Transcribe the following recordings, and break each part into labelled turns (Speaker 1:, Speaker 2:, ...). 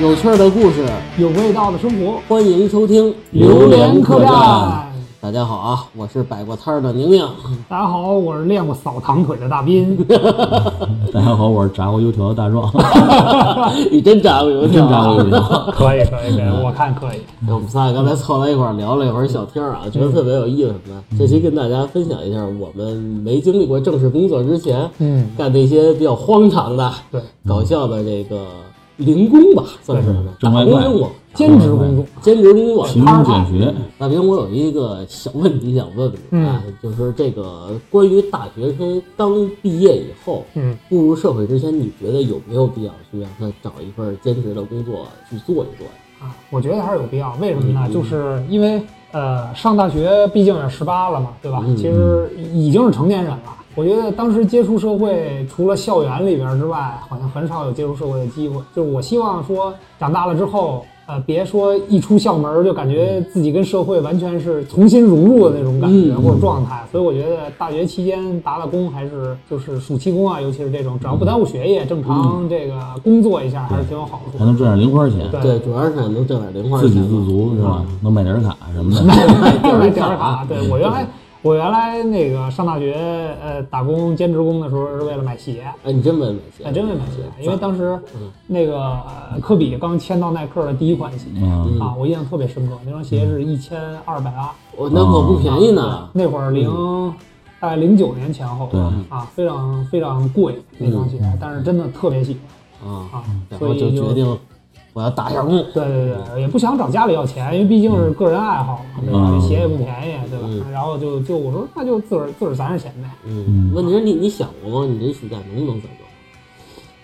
Speaker 1: 有趣儿的故事，
Speaker 2: 有味道的生活，
Speaker 1: 欢迎收听《
Speaker 3: 榴莲
Speaker 2: 客
Speaker 3: 客栈。
Speaker 1: 大家好啊，我是摆过摊儿的宁宁。
Speaker 2: 大家好，我是练过扫堂腿的大斌。
Speaker 3: 大家好，我是炸过油条的大壮，
Speaker 1: 你真炸过油
Speaker 3: 真
Speaker 1: 条
Speaker 3: 炸
Speaker 1: 啊！哎
Speaker 3: 过油条。
Speaker 2: 可以，可以，可以，我看可以。
Speaker 1: 我们仨刚才凑在一块儿聊了一会儿小天儿啊，觉得特别有意思什么的。这期跟大家分享一下我们没经历过正式工作之前，
Speaker 2: 嗯，
Speaker 1: 干的一些比较荒唐的、
Speaker 2: 对，
Speaker 1: 搞笑的这个零工吧，算是什么？打
Speaker 3: 挣外
Speaker 1: 工
Speaker 3: 快
Speaker 1: 用过，
Speaker 2: 兼职工作，
Speaker 1: 兼职工作，
Speaker 3: 勤工俭学，
Speaker 1: 大兵，我有一个小问题想问
Speaker 3: 嗯
Speaker 1: 问你啊，就是这个关于大学生刚毕业以后，
Speaker 2: 嗯，
Speaker 1: 步入社会之前，你觉得有没有必要去让他找一份兼职的工作去做一做呀？
Speaker 2: 啊，我觉得还是有必要。为什么呢？
Speaker 1: 嗯
Speaker 2: 就是因为呃，上大学毕竟也十八了嘛，对吧？
Speaker 1: 嗯
Speaker 2: 其实已经是成年人了。我觉得当时接触社会，除了校园里边之外，好像很少有接触社会的机会。就是我希望说，长大了之后，呃，别说一出校门就感觉自己跟社会完全是重新融入的那种感觉
Speaker 1: 嗯
Speaker 2: 或者状态。所以我觉得大学期间打打工还是就是暑期工啊，尤其是这种，只要不耽误学业，正
Speaker 1: 嗯
Speaker 2: 常这个工作一下还是挺有好处
Speaker 3: 还
Speaker 2: 的。
Speaker 3: 能赚点零花钱，
Speaker 2: 对
Speaker 1: 对，主要是能挣点零花钱
Speaker 3: 自
Speaker 1: 嘛，
Speaker 3: 给自足是吧？能买点卡什么的。
Speaker 2: 买点
Speaker 1: 点
Speaker 2: 儿卡。 对我原来我原来那个上大学呃打工兼职工的时候是为了买鞋，
Speaker 1: 哎，你真没买鞋？
Speaker 2: 哎真为买鞋，因为当时那个呃科比刚签到耐克的第一款鞋
Speaker 3: 嗯，
Speaker 2: 啊，我印象特别深刻，那双鞋是一千二百八，
Speaker 1: 我那可不便宜
Speaker 3: 啊
Speaker 1: 呢。
Speaker 2: 那会儿零大概零九年前后
Speaker 3: 对嗯
Speaker 2: 啊，非常非常贵那双鞋，但是真的特别喜欢
Speaker 1: 啊，
Speaker 2: 啊，
Speaker 1: 然
Speaker 2: 所
Speaker 1: 后
Speaker 2: 以
Speaker 1: 就决定我要打一下工。嗯
Speaker 2: 对对对，也不想找家里要钱，因为毕竟是个人爱好嘛，对吧？
Speaker 3: 嗯
Speaker 2: 这鞋也不便宜，对吧？
Speaker 1: 嗯
Speaker 2: 然后就就我说那就自个儿自个儿攒着钱呗，
Speaker 1: 嗯，问题是你你想过吗？你这暑假能不能攒够？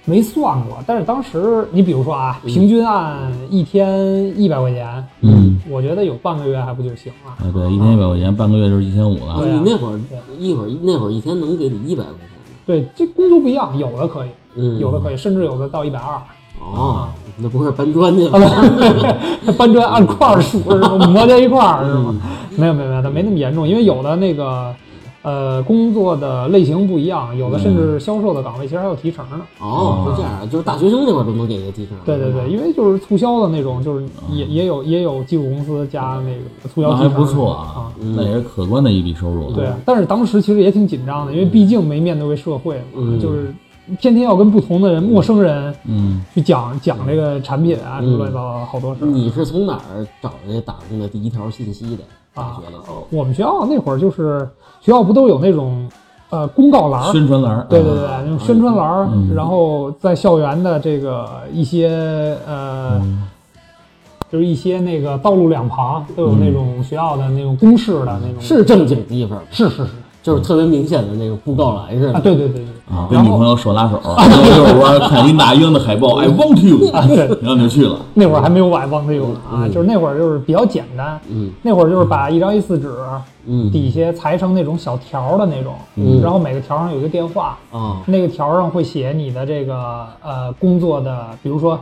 Speaker 2: 没算过。但是当时你比如说啊，平均按一天一百块钱，
Speaker 3: 嗯，
Speaker 2: 我觉得有半个月还不就行了？
Speaker 3: 啊对，一天一百块钱，半个月就是一千五了
Speaker 2: 对。
Speaker 1: 你
Speaker 2: 啊
Speaker 1: 那会儿
Speaker 2: 对
Speaker 1: 一会儿那会儿一天能给你一百块钱吗？
Speaker 2: 对，这工作不一样，有的可以，
Speaker 1: 嗯，
Speaker 2: 有的可以，甚至有的到一百二。
Speaker 1: 哦，那不是搬砖去 了？
Speaker 2: 搬砖按块儿数是吗？磨在一块儿是
Speaker 3: 嗯
Speaker 2: 吗？没有没有没有，没那么严重，因为有的那个。呃，工作的类型不一样，有的甚
Speaker 3: 嗯
Speaker 2: 至是销售的岗位，其实还有提成呢。
Speaker 1: 哦，是这样啊，就是大学生那会儿都能给一个提成。
Speaker 2: 对对对，因为就是促销的那种，就是也也有也有技术公司加那个促销
Speaker 3: 嗯那
Speaker 2: 提
Speaker 3: 还
Speaker 2: 成，
Speaker 3: 不错
Speaker 2: 啊
Speaker 3: 啊。，
Speaker 1: 嗯
Speaker 3: 那也是可观的一笔收入了。
Speaker 2: 对，啊但是当时其实也挺紧张的，因为毕竟没面对社会嘛，
Speaker 1: 嗯
Speaker 2: 就是天天要跟不同的人、陌生人
Speaker 3: 嗯，
Speaker 2: 去讲讲这个产品啊，什么乱七八糟好多事儿。
Speaker 1: 你是从哪儿找这打工的第一条信息的？大
Speaker 2: 啊
Speaker 1: 学里头，
Speaker 2: 我们学校那会儿就是学校不都有那种呃公告栏儿？
Speaker 3: 宣传栏儿。
Speaker 2: 对对对，那种宣传栏儿，
Speaker 3: 嗯
Speaker 2: 然后在校园的这个一些呃，就是一些那个道路两旁都有那种学校的那种公示的那种，
Speaker 1: 是正经地方，
Speaker 2: 是是是
Speaker 1: 就是特别明显的那个布告栏似
Speaker 2: 啊，
Speaker 1: 的。
Speaker 2: 对对对对
Speaker 3: 啊，
Speaker 2: 然
Speaker 3: 跟女
Speaker 2: 后
Speaker 3: 朋友手拉手，然后就是说看一大英的海报，I want you，
Speaker 2: 对
Speaker 3: 然后你就去了。
Speaker 2: 那会儿还没有买忘自由呢啊，就是那会儿就是比较简单，
Speaker 1: 嗯
Speaker 2: 那会儿就是把一张 A4 纸
Speaker 1: 嗯
Speaker 2: 底下裁成那种小条儿的那种，
Speaker 1: 嗯
Speaker 2: 然后每个条上有一个电话，
Speaker 1: 啊
Speaker 2: 那个条上会写你的这个呃工作的，比如说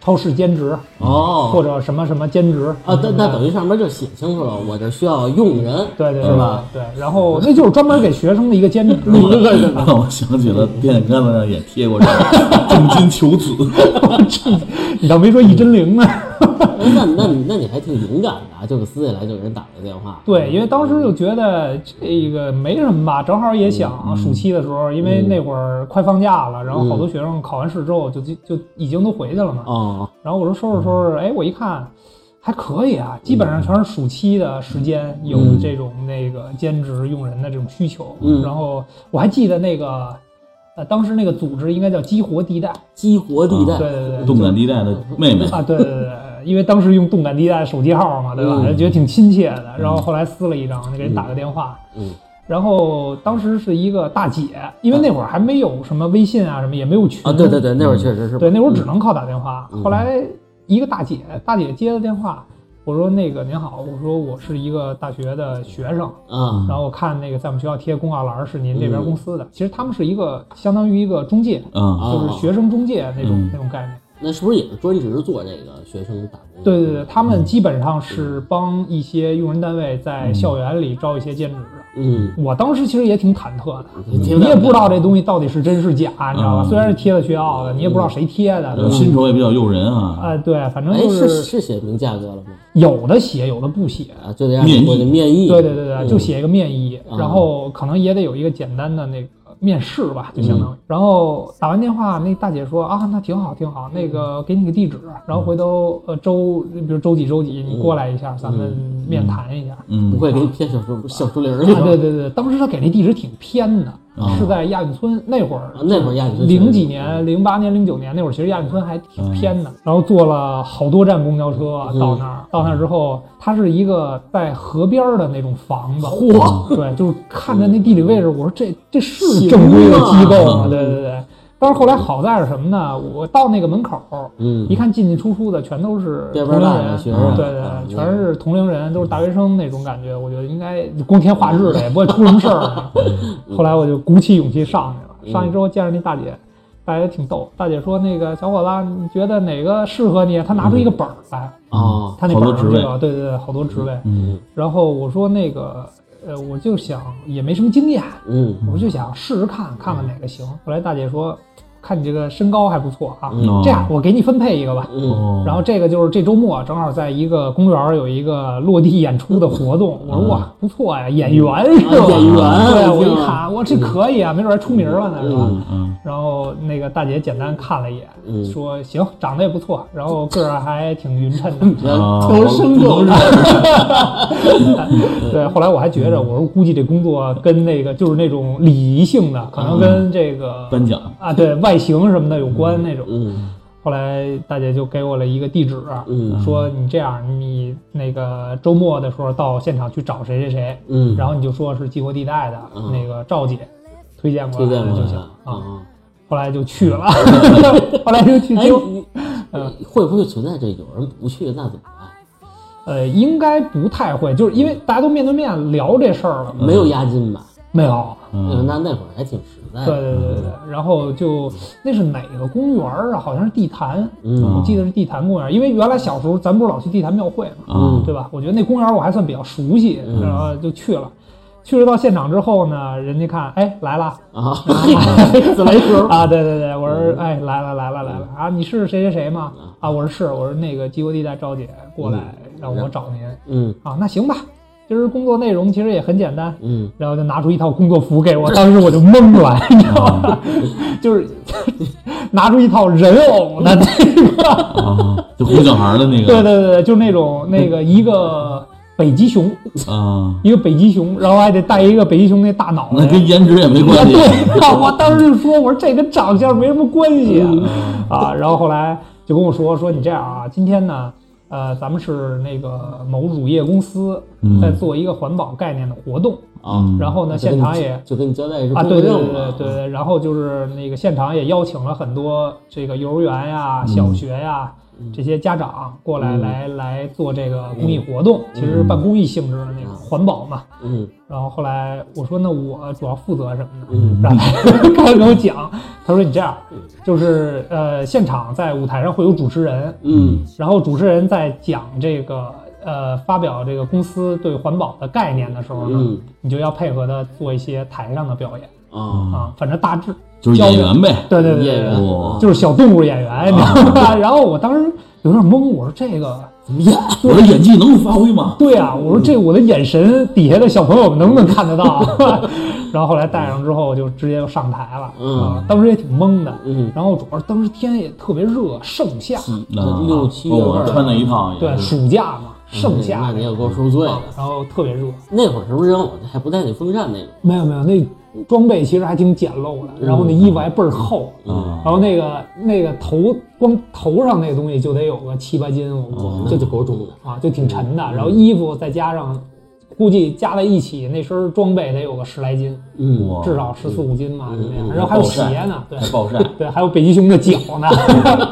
Speaker 2: 超市兼职或
Speaker 1: 哦
Speaker 2: 者什么什么兼职
Speaker 1: 啊，那那等于上面就写清楚了，我这需要用人。
Speaker 2: 对对
Speaker 1: 是吧？
Speaker 2: 对，对然后那就是专门给学生的一 个兼职嘛，
Speaker 3: 让我想起了电线杆子上也贴过这个重金求子，
Speaker 2: 你倒没说一真灵呢。
Speaker 1: 哎那那你那你还挺勇敢的啊，就是撕下来就给人打个电话。
Speaker 2: 对，因为当时就觉得这个没什么吧，正好也
Speaker 1: 嗯
Speaker 2: 想暑期的时候，因为那会儿快放假了，然后好多学生考完试之后就就就已经都回去了嘛。
Speaker 1: 哦，
Speaker 2: 然后我说收拾收拾，哎，我一看还可以啊，基本
Speaker 1: 嗯
Speaker 2: 上全是暑期的时间有这种那个兼职用人的这种需求。
Speaker 1: 嗯
Speaker 2: 然后我还记得那个，呃，当时那个组织应该叫激活地带，
Speaker 1: 激活地带
Speaker 2: 啊对。对对，
Speaker 3: 动感地带的 妹妹。
Speaker 2: 啊，对对对对，因为当时用动感地带手机号嘛，对吧？
Speaker 1: 嗯
Speaker 2: 觉得挺亲切的。然后后来撕了一张，就给人打个电话。
Speaker 1: 嗯
Speaker 2: 然后当时是一个大姐，因为那会儿还没有什么微信啊，什么也没有群
Speaker 1: 啊，对对对，那会儿确实是。嗯
Speaker 2: 对，那会儿只能靠打电话。后来一个大姐，大姐接了电话，我说那个您好，我说我是一个大学的学生，
Speaker 1: 啊，
Speaker 2: 然后我看那个在我们学校贴公告栏儿是您这边
Speaker 1: 嗯
Speaker 2: 公司的，其实他们是一个相当于一个中介，
Speaker 3: 嗯，
Speaker 2: 就是
Speaker 1: 啊
Speaker 2: 学生中介那种、
Speaker 3: 嗯
Speaker 2: 那种概念。
Speaker 1: 那是不是也是专职做这个学生打工？
Speaker 2: 对对对，他们基本上是帮一些用人单位在校园里招一些兼职的。
Speaker 1: 嗯，
Speaker 2: 我当时其实也挺忐忑的，
Speaker 1: 你
Speaker 2: 你也不知道这东西到底是真是假，你知道吧？
Speaker 3: 嗯
Speaker 2: 虽然是贴的学奥的，你也不知道谁贴的，对
Speaker 3: 呃
Speaker 2: 吧？
Speaker 3: 薪酬也比较诱人啊。
Speaker 2: 嗯哎，对，反正
Speaker 1: 哎，
Speaker 2: 就是
Speaker 1: 是写明价格了吗？
Speaker 2: 有的写，有的不写。
Speaker 1: 啊，就得让你过去面议。
Speaker 2: 对对对对，
Speaker 1: 嗯
Speaker 2: 就写一个面议，
Speaker 1: 啊
Speaker 2: 然后可能也得有一个简单的那个面试吧，就相当
Speaker 1: 嗯
Speaker 2: 于。然后打完电话，那大姐说啊，那挺好挺好，那个
Speaker 1: 嗯
Speaker 2: 给你个地址，然后回头呃周，比如周几周几你
Speaker 1: 嗯
Speaker 2: 过来一下，咱们面谈一下。
Speaker 1: 不
Speaker 3: 嗯，
Speaker 1: 会给你骗小树小树林儿
Speaker 2: 啊，对
Speaker 1: 里。
Speaker 2: 对对，当时他给那地址挺偏的，
Speaker 3: 啊
Speaker 2: 是在亚运村那会儿
Speaker 1: 啊，那会儿亚运村
Speaker 2: 零几年、零八年、零九年那会儿，其实亚运村还挺偏
Speaker 1: 啊
Speaker 2: 的。然后坐了好多站公交车
Speaker 1: 嗯
Speaker 2: 到那儿，到那儿之后，它是一个在河边儿的那种房子。
Speaker 1: 嚯，
Speaker 2: 对，就是看着那地理位置，我说这这是
Speaker 1: 行
Speaker 2: 正规的机构
Speaker 1: 啊
Speaker 2: 吗？对对对。但是后来好在是什么呢？我到那个门口，
Speaker 1: 嗯
Speaker 2: 一看进进出出的全都是
Speaker 1: 边
Speaker 2: 同
Speaker 1: 边
Speaker 2: 龄
Speaker 1: 大的
Speaker 2: 人，
Speaker 1: 学生，
Speaker 2: 对对
Speaker 1: 啊
Speaker 2: 对，全是同龄人，都是大学生那种感觉。我觉得应该光天化日的，也不会出什么事儿。啊 后来我就鼓起勇气上去了，上去之后见着那大姐，大姐挺逗。大姐说：“那个小伙子，啊你觉得哪个适合你？”她拿出一个本儿来，
Speaker 1: 哦，
Speaker 2: 她那
Speaker 3: 好
Speaker 2: 本
Speaker 3: 多
Speaker 2: 儿上
Speaker 3: 职
Speaker 2: 这
Speaker 3: 位
Speaker 2: 个，对对对，好多职位。
Speaker 3: 嗯
Speaker 2: 然后我说那个，呃，我就想也没什么经验，
Speaker 1: 嗯
Speaker 2: 我就想试试看，看看哪个行。后来大姐说：“看你这个身高还不错啊，
Speaker 3: 嗯
Speaker 2: 这样我给你分配一个吧。”
Speaker 1: 嗯
Speaker 3: 哦，
Speaker 2: 然后这个就是这周末啊正好在一个公园儿有一个落地演出的活动，我说哇不错呀，演员是吧？
Speaker 1: 嗯啊演员
Speaker 2: 对，我
Speaker 1: 我
Speaker 2: 一
Speaker 1: 听
Speaker 2: 看我这可以啊，没准还出名了呢，是吧？
Speaker 1: 嗯
Speaker 3: 嗯
Speaker 2: 然后那个大姐简单看了一眼，
Speaker 1: 嗯
Speaker 2: 说行，长得也不错，然后个儿还挺匀称
Speaker 1: 嗯
Speaker 2: 的。
Speaker 3: 啊
Speaker 1: 求生狗嗯
Speaker 2: 对，后来我还觉着，我说估计这工作跟那个就是那种礼仪性的，可
Speaker 1: 嗯
Speaker 2: 能跟这个
Speaker 3: 颁奖
Speaker 2: 啊对外形什么的有关那种。
Speaker 1: 嗯
Speaker 2: 后来大姐就给我了一个地址，
Speaker 1: 嗯
Speaker 2: 说你这样，你那个周末的时候到现场去找谁谁谁，
Speaker 1: 嗯，
Speaker 2: 然后你就说是激活地带的
Speaker 1: 嗯
Speaker 2: 那个赵姐推荐过
Speaker 1: 推
Speaker 2: 来
Speaker 1: 荐
Speaker 2: 的
Speaker 1: 过
Speaker 2: 就
Speaker 1: 来
Speaker 2: 行
Speaker 1: 的
Speaker 2: 啊。
Speaker 1: 啊。
Speaker 2: 后来就 去了，后来就去
Speaker 1: 哎，
Speaker 2: 激活，
Speaker 1: 你你会不会存在这有人不去那怎么办？
Speaker 2: 呃，应该不太会，就是因为大家都面对面聊这事儿了，
Speaker 1: 没有押金吧？
Speaker 2: 没有。
Speaker 1: 呃
Speaker 3: 嗯
Speaker 1: 那那会儿还挺实在
Speaker 2: 对
Speaker 1: 的。
Speaker 2: 对对对
Speaker 1: 嗯
Speaker 2: 对，然后就那是哪个公园儿啊？好像是地坛，
Speaker 1: 嗯
Speaker 2: 我
Speaker 3: 啊
Speaker 2: 记得是地坛公园儿，因为原来小时候咱不是老去地坛庙会嘛，
Speaker 3: 啊
Speaker 2: 对吧？我觉得那公园我还算比较熟悉，然后就去了。去了到现场之后呢，人家看，哎，来了
Speaker 1: 啊，自来 熟。
Speaker 2: 啊！对对对，我说，哎，来了来了来了啊！你是谁谁谁吗？啊，我说是，我说那个激活地带赵姐过来让我找您
Speaker 1: 嗯
Speaker 2: 啊，那行吧。今儿工作内容其实也很简单，
Speaker 1: 嗯，
Speaker 2: 然后就拿出一套工作服给我，当时我就懵了，你知道吗？ 就是拿出一套人偶的那个。
Speaker 3: 啊，就哄小孩的那
Speaker 2: 对对
Speaker 3: 个
Speaker 2: 对对，就是那种那个一个北极熊，
Speaker 3: 啊，
Speaker 2: 一个北极熊，然后还得带一个北极熊那大脑
Speaker 3: 那
Speaker 2: 袋。
Speaker 3: 跟颜值也没关系。
Speaker 2: 对，啊我当时就说，我说这跟长相没什么关系啊，
Speaker 3: 嗯
Speaker 2: 啊然后后来就跟我说，说你这样啊，今天呢，呃，咱们是那个某乳业公司
Speaker 3: 嗯
Speaker 2: 在做一个环保概念的活动，
Speaker 1: 啊，
Speaker 2: 然后呢，
Speaker 1: 就跟
Speaker 2: 现
Speaker 1: 你
Speaker 2: 场也
Speaker 1: 就跟你交代也是
Speaker 2: 啊，
Speaker 1: 工
Speaker 2: 对
Speaker 1: 作
Speaker 2: 对
Speaker 1: 任
Speaker 2: 对
Speaker 1: 务
Speaker 2: 对
Speaker 1: 啊。
Speaker 2: 对对，然后就是那个现场也邀请了很多这个幼儿园呀、
Speaker 1: 嗯
Speaker 2: 小学呀这些家长过来来来做这个公益活动，其实是办公益性质的那个环保嘛。
Speaker 1: 嗯
Speaker 2: 然后后来我说那我主要负责什么呢？
Speaker 1: 嗯
Speaker 2: 然后 他开始跟我讲，他说你这样，就是呃，现场在舞台上会有主持人，
Speaker 1: 嗯
Speaker 2: 然后主持人在讲这个呃发表这个公司对环保的概念的时候呢，
Speaker 1: 嗯
Speaker 2: 你就要配合的做一些台上的表演。
Speaker 1: 啊，
Speaker 2: 啊，反正大致
Speaker 3: 就是演员啊呗，
Speaker 2: 对对对
Speaker 1: 演
Speaker 2: 对
Speaker 1: 员
Speaker 2: 对，
Speaker 3: 哇
Speaker 2: 就是小动物演员，你知道吧？ 然后我当时有点懵，我说这个怎么演？
Speaker 3: 我的演技能发挥吗？
Speaker 2: 对啊，我说这我的眼神底下的小朋友们能不能看得到？ 然后后来戴上之后就直接就上台了，
Speaker 1: 嗯
Speaker 2: 啊，当时也挺懵的。
Speaker 1: 嗯，
Speaker 2: 然后主要是当时天也特别热，盛夏，
Speaker 3: 啊
Speaker 1: 六七月份
Speaker 3: 我穿了一套
Speaker 2: 对，
Speaker 3: 也是，
Speaker 2: 暑假嘛，盛夏
Speaker 1: 那
Speaker 2: 那
Speaker 1: 你也
Speaker 2: 个，
Speaker 1: 够受罪
Speaker 2: 啊
Speaker 1: 的。
Speaker 2: 然后特别热。
Speaker 1: 那会儿是不是人偶还不带你风扇那种？
Speaker 2: 没有没有，那装备其实还挺简陋的，然后那
Speaker 1: 嗯
Speaker 2: 衣服还倍儿厚，
Speaker 3: 嗯
Speaker 2: 然后那个那个头光头上那个东西就得有个七八斤，我估
Speaker 1: 那
Speaker 2: 计
Speaker 1: 就
Speaker 2: 就
Speaker 1: 够重的。
Speaker 2: 啊就挺沉的，
Speaker 1: 嗯
Speaker 2: 然后衣服再加上估计加在一起那身装备得有个十来斤，
Speaker 1: 嗯
Speaker 3: 哇
Speaker 2: 至少十四五斤嘛
Speaker 1: 嗯
Speaker 2: 就那样，
Speaker 1: 嗯
Speaker 2: 然后还有
Speaker 3: 暴晒
Speaker 2: 鞋呢， 对
Speaker 3: 还暴晒，
Speaker 2: 对，还有北极熊的脚呢，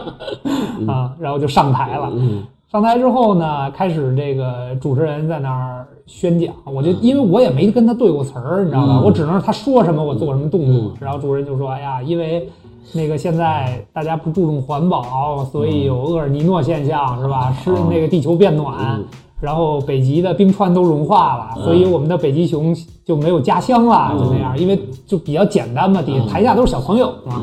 Speaker 2: 啊，然后就上台了。
Speaker 1: 嗯
Speaker 2: 上台之后呢，开始这个主持人在那儿宣讲，我
Speaker 1: 嗯
Speaker 2: 就因为我也没跟他对过词儿，你知道吧？我只能是他说什么我做什么动作。
Speaker 1: 嗯
Speaker 2: 然后主持人就说：“哎呀，因为那个现在大家
Speaker 1: 嗯
Speaker 2: 不
Speaker 1: 啊嗯
Speaker 2: 注重环保，所以有厄尔尼诺现象，是吧？是那个地球变暖。然后北极的冰川都融化了，所以我们的北极熊就没有家乡了，就那
Speaker 1: 嗯
Speaker 2: 样，因为就比较简单嘛，底下台下都是小朋友嘛。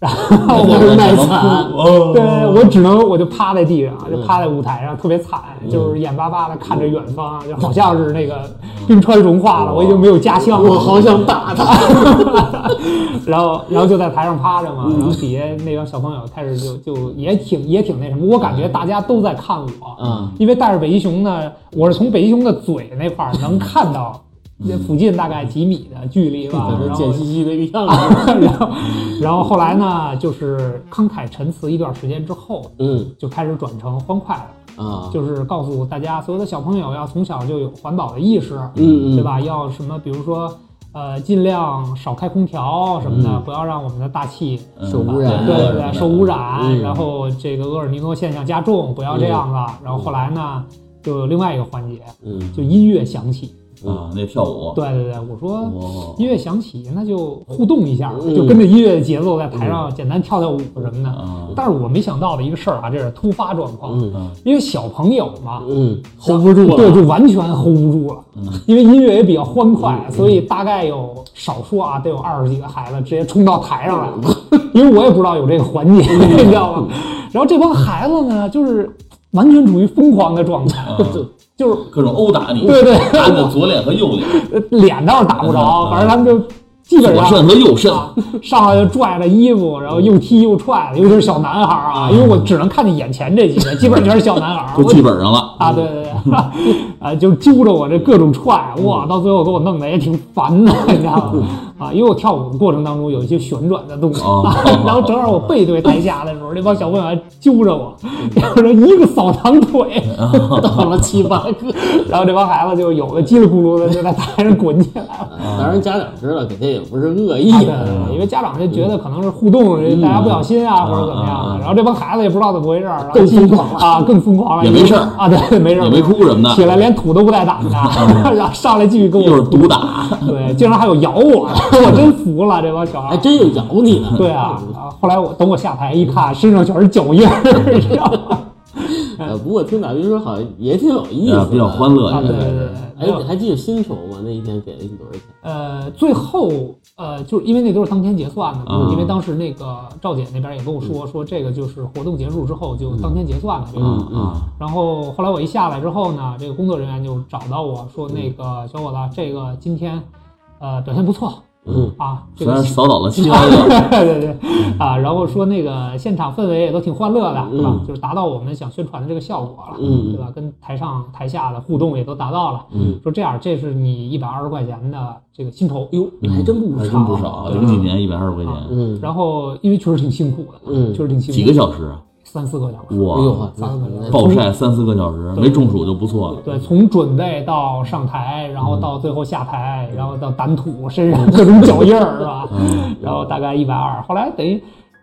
Speaker 2: 然后
Speaker 1: 嗯那
Speaker 2: 我
Speaker 1: 是卖
Speaker 3: 只能
Speaker 1: 惨
Speaker 3: 哭哦
Speaker 2: 对，
Speaker 1: 嗯
Speaker 2: 我只能我就趴在地上，就趴在舞台上，特别惨，
Speaker 1: 嗯
Speaker 2: 就是眼巴巴的看着远方，啊就好像是那个冰川融化了，我已经没有家乡了。
Speaker 1: 嗯我好想打他。 嗯
Speaker 2: 然后，然后就在台上趴着嘛，然后底下那帮小朋友开始就就也挺也挺那什么，我感觉大家都在看我，
Speaker 1: 嗯，
Speaker 2: 因为带着北极熊呢，我是从北极熊的嘴那块儿能看到
Speaker 1: 嗯
Speaker 2: 那附近大概几米的距离吧，然后
Speaker 1: 贱兮兮那个样子。
Speaker 2: 然后然后后来呢，就是慷慨陈词一段时间之后，
Speaker 1: 嗯
Speaker 2: 就开始转成欢快了。
Speaker 1: 啊，
Speaker 2: 就是告诉大家，所有的小朋友要从小就有环保的意识，
Speaker 1: 嗯嗯
Speaker 2: 对吧？要什么，比如说，呃，尽量少开空调什么的，不要让我们的大气
Speaker 3: 嗯
Speaker 1: 嗯受污
Speaker 2: 对
Speaker 1: 染
Speaker 2: 对对受污染，
Speaker 1: 嗯
Speaker 2: 然后这个厄尔尼诺现象加重，不要这样了。然后后来呢，就有另外一个环节，
Speaker 1: 嗯
Speaker 2: 就音乐响起，
Speaker 3: 啊，那跳舞，
Speaker 2: 对对对，我说。
Speaker 3: 哦，
Speaker 2: 音乐响起，那就互动一下，
Speaker 1: 嗯
Speaker 2: 就跟着音乐节奏在台上简单跳跳舞什么的。
Speaker 3: 啊
Speaker 2: 但是我没想到的一个事儿啊，这是突发状况，
Speaker 1: 嗯
Speaker 3: 嗯
Speaker 2: 因为小朋友嘛，
Speaker 1: 嗯，hold 不住
Speaker 2: 对，
Speaker 1: 了。
Speaker 2: 就完全 hold 不住了，
Speaker 3: 嗯
Speaker 2: 因为音乐也比较欢快，所以大概有少说啊，得有二十几个孩子直接冲到台上来
Speaker 3: 嗯
Speaker 2: 了，因为我也不知道有这个环节，你知道吗？然后这帮孩子呢，就是完全处于疯狂的状态，
Speaker 3: 啊，
Speaker 2: 就是
Speaker 3: 各种殴打你，
Speaker 2: 对对
Speaker 3: 打你的左脸和右脸，
Speaker 2: 呃脸倒是打不着，
Speaker 3: 嗯
Speaker 2: 反正他们就基本
Speaker 3: 左
Speaker 2: 上。
Speaker 3: 肾和右肾，
Speaker 2: 啊，上来就拽着衣服，然后又踢又踹，尤其是小男孩啊，因为我只能看见眼前这几个，基本上全是小男孩。
Speaker 3: 嗯就
Speaker 2: 我
Speaker 3: 剧本上了。
Speaker 2: 啊，对对对，啊，就揪着我这各种踹，哇，到最后给我弄得也挺烦的，你知道吗？啊，因为我跳舞的过程当中有一些旋转的动作，
Speaker 3: 哦
Speaker 2: 然后正好我背对台下的时候，那帮小朋友还揪着我，
Speaker 3: 嗯
Speaker 2: 然后一个扫堂腿，
Speaker 1: 到了七八个，
Speaker 2: 然后这帮孩子就有的叽里咕噜的就在台上滚起来了。
Speaker 1: 当然家长知道肯定也不是恶意
Speaker 3: 哎
Speaker 2: 啊对
Speaker 1: 的，
Speaker 2: 对对因为家长就
Speaker 3: 嗯
Speaker 2: 觉得可能是互动，大家不小心啊，或者怎么样啊，然后这帮孩子也不知道怎么回事儿，然后
Speaker 1: 更
Speaker 2: 继续
Speaker 1: 疯狂了
Speaker 2: 啊，更疯狂了，
Speaker 3: 也没事儿
Speaker 2: 啊，对，没事儿，
Speaker 3: 也没哭嗯什么的
Speaker 2: 起来连土都不带打的， 然后上来继续跟
Speaker 3: 又
Speaker 2: 我
Speaker 3: 是毒打，
Speaker 2: 对，经常还有咬我， 我真服了这帮小孩
Speaker 1: 还
Speaker 2: 儿。
Speaker 1: 真有咬你的。
Speaker 2: 对啊，啊后来我等我下台一看，身上全是脚印儿， 你知道吗？
Speaker 1: 呃，不过听大斌说好像也挺有意思
Speaker 3: 啊
Speaker 1: 的，
Speaker 3: 比较欢乐
Speaker 2: 啊，对
Speaker 3: 这
Speaker 2: 对对
Speaker 3: 个
Speaker 2: 对
Speaker 3: 是。
Speaker 2: 没有
Speaker 1: 哎，还记得薪酬吗？那一天给了你多少钱？
Speaker 2: 呃，最后呃，就是因为那都是当天结算的嘛，
Speaker 3: 嗯
Speaker 2: 因为当时那个赵姐那边也跟我说，说这个就是活动结束之后就当天结算的这个。
Speaker 1: 嗯
Speaker 3: 啊
Speaker 2: 然后后来我一下来之后呢，这个工作人员就找到我说，那个小伙子，这个今天呃表现不错
Speaker 1: 嗯
Speaker 2: 啊，这
Speaker 3: 虽
Speaker 2: 个
Speaker 3: 然扫倒了七八个，
Speaker 2: 对对对，啊，然后说那个现场氛围也都挺欢乐的，是吧？
Speaker 3: 嗯
Speaker 2: 就是达到我们想宣传的这个效果了，
Speaker 1: 嗯
Speaker 2: 对吧？跟台上台下的互动也都达到了。
Speaker 1: 嗯，
Speaker 2: 说这样，这是你一百二十块钱的这个薪酬，
Speaker 1: 哟，还真不
Speaker 3: 嗯还
Speaker 1: 少，
Speaker 3: 真不少，啊零几年一百二十块钱，
Speaker 1: 嗯，
Speaker 2: 然后因为确实挺辛苦的，
Speaker 1: 嗯
Speaker 2: 确实挺辛苦，
Speaker 3: 几个小时啊？
Speaker 2: 三四个小时，
Speaker 1: 哎呦
Speaker 3: 哇，
Speaker 1: 呵，那
Speaker 3: 暴晒三四个小时，没中暑就不错了。
Speaker 2: 对，从准备到上台，然后到最后下台，然后到掸土，身上各种脚印儿，是吧？ 然后大概一百二，后来等于。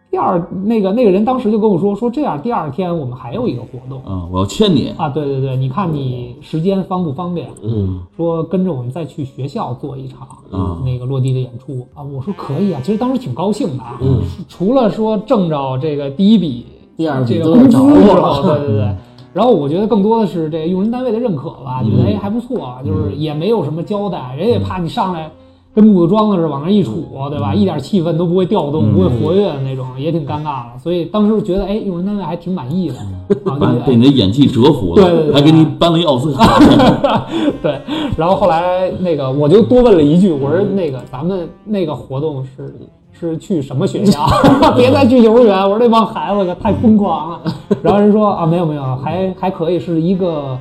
Speaker 2: 第二，那个那个人当时就跟我说，说这样第二天我们还有一个活动
Speaker 3: 嗯，我要签你，
Speaker 2: 啊，对对对，你看你时间方不方便？
Speaker 1: 嗯
Speaker 2: 说跟着我们再去学校做一场、
Speaker 3: 嗯
Speaker 2: 那个落地的演出啊，我说可以啊，其实当时挺高兴的啊，
Speaker 1: 嗯，
Speaker 2: 除了说挣着这个第一笔
Speaker 1: 第二
Speaker 2: 这
Speaker 1: 笔
Speaker 2: 个
Speaker 1: 都
Speaker 2: 工
Speaker 1: 要
Speaker 2: 资
Speaker 1: 着
Speaker 2: 之
Speaker 1: 落
Speaker 2: 后，
Speaker 1: 了，
Speaker 2: 对对对。然后我觉得更多的是这个用人单位的认可吧，
Speaker 1: 嗯
Speaker 2: 觉得哎还不错啊，就是也没有什么交代，人也怕你上来跟木头桩子似的往那一杵，
Speaker 1: 嗯
Speaker 2: 对吧？一点气氛都不会调动，不会活跃的那种，也挺尴尬的。所以当时觉得哎，用人单位还挺满意的
Speaker 1: 嗯
Speaker 2: 啊，
Speaker 3: 把
Speaker 2: 就觉
Speaker 3: 被
Speaker 2: 得
Speaker 3: 你的演技折服
Speaker 2: 对对对
Speaker 3: 了，还给你颁了一奥斯卡。
Speaker 2: 对。然后后来那个我就多问了一句，我说那个咱们那个活动是。是去什么学校？ 别再去幼儿园！我说这帮孩子可太疯狂了。 然后人说啊，没有没有，还还可以，是一个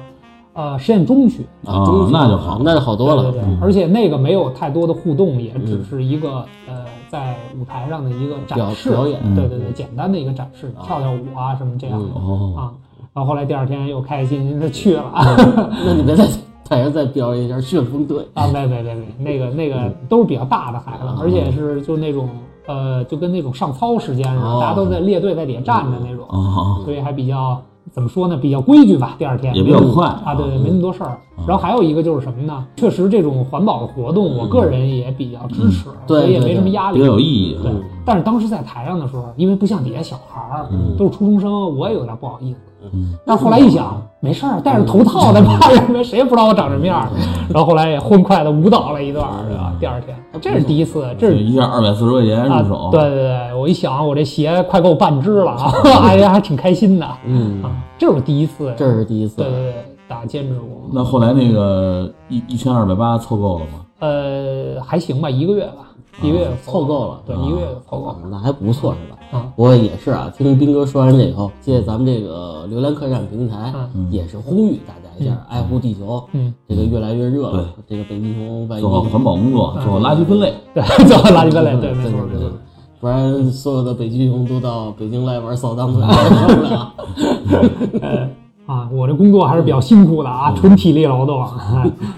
Speaker 2: 呃实验中学。
Speaker 3: 啊
Speaker 1: 终于是
Speaker 3: 那就好
Speaker 1: 那就好多
Speaker 2: 对
Speaker 1: 了。嗯
Speaker 2: 对对，而且那个没有太多的互动，也只是一个、呃在舞台上的一个展示
Speaker 1: 表表演嗯
Speaker 2: 对对对，简单的一个展示，跳跳舞啊什么这样的、
Speaker 3: 哦，
Speaker 2: 啊。然后后来第二天又开开心心的去了
Speaker 1: 嗯那你别再 台上再表演一下旋风队，
Speaker 2: 啊，没没没没，那个那
Speaker 3: 嗯
Speaker 2: 个都是比较大的孩子，而且是就那种呃就跟那种上操时间似的，
Speaker 1: 哦
Speaker 2: 大家都在列队在底下站着那种，
Speaker 3: 哦，
Speaker 2: 所以还比较怎么说呢，比较规矩吧。第二天
Speaker 3: 也比较嗯快
Speaker 2: 啊，对对，没那么多事儿。然后还有一个就是什么呢？确实这种环保的活动，
Speaker 3: 嗯
Speaker 2: 我个人也比较支持，
Speaker 1: 对
Speaker 2: 所以也
Speaker 1: 对
Speaker 2: 没
Speaker 1: 对
Speaker 2: 什么压
Speaker 3: 比
Speaker 2: 力
Speaker 3: 较。有意义。啊
Speaker 1: 嗯嗯
Speaker 2: 对，但是当时在台上的时候，因为不像底下小孩儿，都是初中生，我也有点不好意思。但是后来一想，没事
Speaker 1: 嗯
Speaker 2: 儿，戴着头套的怕什 么？谁也不知道我长什么样儿。然后后来也欢快的舞蹈了一段儿，对吧？
Speaker 1: 嗯
Speaker 2: 第二天，这是第一次，这
Speaker 3: 就是一下二百四十块钱
Speaker 2: 啊
Speaker 3: 入手，，
Speaker 2: 对对对，我一想，我这鞋快够半只了啊， 哎呀，还挺开心的啊，
Speaker 1: 嗯，
Speaker 2: 这是我第一次，
Speaker 1: 这是第一次
Speaker 2: 对，对对，打建筑工，
Speaker 3: 那后来那个一一千二百八凑够了吗？
Speaker 2: 呃，还行吧，一个月吧，一个月
Speaker 1: 啊凑够了
Speaker 2: 对，一个月凑够了
Speaker 1: 那还不错是吧？
Speaker 2: 啊，
Speaker 1: 我也是啊，听斌哥说完这以后，借咱们这个流量客栈平台，
Speaker 3: 嗯
Speaker 1: 也是呼吁大家一下，爱护地球，
Speaker 2: 嗯，
Speaker 1: 这个越来越热了，这个北极熊万一
Speaker 3: 做好环保工作，做好垃圾分类。
Speaker 2: 对， 走垃圾分类，对，
Speaker 1: 对
Speaker 2: 没错没
Speaker 1: 对
Speaker 2: 错
Speaker 1: 对，，不然所有的北极熊都到北京来玩扫荡去了，受不了。
Speaker 2: 啊，我这工作还是比较辛苦的
Speaker 3: 嗯
Speaker 2: 啊，纯体力劳动 啊，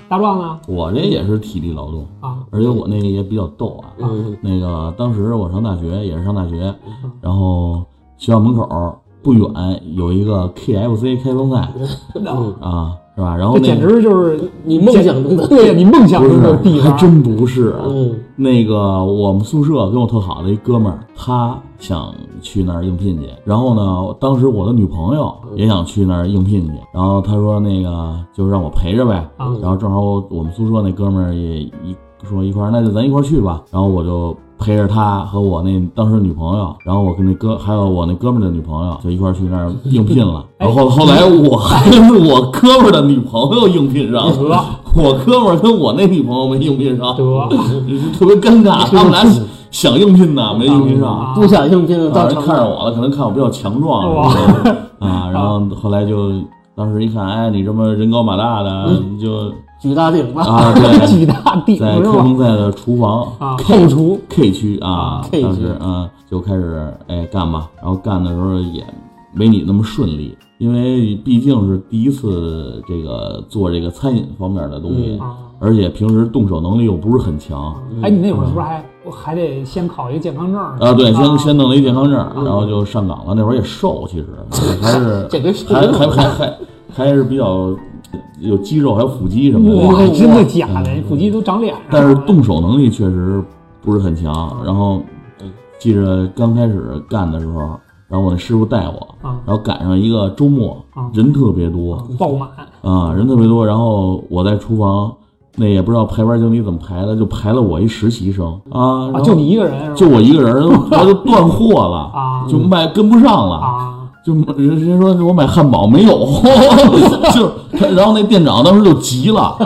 Speaker 2: 大壮呢？
Speaker 3: 我这也是体力劳动
Speaker 2: 啊，
Speaker 3: 而且我那个也比较逗啊。
Speaker 1: 嗯
Speaker 3: 那个当时我上大学也是上大学，
Speaker 2: 嗯
Speaker 3: 然后学校门口不远有一个 KFC 开 放赛
Speaker 1: 嗯，
Speaker 3: 啊，是吧？然后
Speaker 2: 这
Speaker 3: 那
Speaker 2: 简
Speaker 3: 个
Speaker 2: 直就是
Speaker 1: 你梦想中的
Speaker 2: 对呀，你梦想
Speaker 3: 不
Speaker 2: 中的
Speaker 3: 是，
Speaker 2: 地
Speaker 3: 还
Speaker 2: 方，
Speaker 3: 真不是啊。
Speaker 1: 嗯
Speaker 3: 那个我们宿舍跟我特好的一哥们儿，他想去那儿应聘去。然后呢，当时我的女朋友也想去那儿应聘去。然后他说那个就让我陪着呗。
Speaker 2: 啊
Speaker 3: 然后正好我们宿舍那哥们儿也一说一块儿，那就咱一块儿去吧。然后我就陪着他和我那当时的女朋友，然后我跟那哥还有我那哥们儿的女朋友就一块儿去那儿应聘了。然后后来我 还是我哥们儿的女朋友应聘上
Speaker 2: 得
Speaker 3: 了，我哥们儿跟我那女朋友没应聘上。
Speaker 2: 得。
Speaker 3: 特别尴尬，他们俩想应聘呢，没应聘
Speaker 2: 啊
Speaker 3: 上。
Speaker 1: 不想应聘的
Speaker 3: 当
Speaker 1: 到
Speaker 3: 时
Speaker 1: 城
Speaker 3: 啊看上我了，可能看我比较强壮
Speaker 2: 哇
Speaker 3: 啊，然后后来就当时一看，哎，你这么人高马大的，你就
Speaker 1: 举大鼎吧。
Speaker 3: 啊，对，
Speaker 2: 举大鼎
Speaker 3: 在
Speaker 2: 是
Speaker 3: 开
Speaker 2: 吧？
Speaker 3: 封赛的厨房
Speaker 2: 啊，
Speaker 3: K
Speaker 2: 后厨
Speaker 3: K 区啊
Speaker 1: 啊，，K
Speaker 3: 当
Speaker 1: 区
Speaker 3: 时啊就开始哎干吧，然后干的时候也没你那么顺利，因为毕竟是第一次这个做这个餐饮方面的东西
Speaker 1: 嗯，
Speaker 2: 啊。
Speaker 3: 而且平时动手能力又不是很强，
Speaker 2: 哎，你那会儿是不是还我还得先考一个健康证儿
Speaker 3: 嗯啊，对，先
Speaker 2: 啊
Speaker 3: 先弄了一健康证，然后就上岗了。那会儿也瘦， 其实还是
Speaker 1: 这跟瘦
Speaker 3: 还
Speaker 1: 有
Speaker 3: 还还还还是比较有肌肉，还有腹肌什么
Speaker 2: 哇
Speaker 3: 的。，
Speaker 2: 真的假的？腹肌都长脸上了。
Speaker 3: 嗯但是动手能力确实不是很强。然后记着刚开始干的时候，然后我那师傅带我，
Speaker 2: 啊
Speaker 3: 然后赶上一个周末
Speaker 2: 啊，
Speaker 3: 人特别多
Speaker 2: 爆满，
Speaker 3: 啊，人特别多。然后我在厨房，那也不知道排班经理怎么排的，就排了我一实习生啊，然
Speaker 2: 啊，
Speaker 3: 后
Speaker 2: 就你一个人是吧？
Speaker 3: 就我一个 人，然后就断货了，
Speaker 2: 啊
Speaker 3: 就卖跟不上了。
Speaker 2: 啊，
Speaker 3: 就人人说我买汉堡没有， 就是他，然后那店长当时就急了，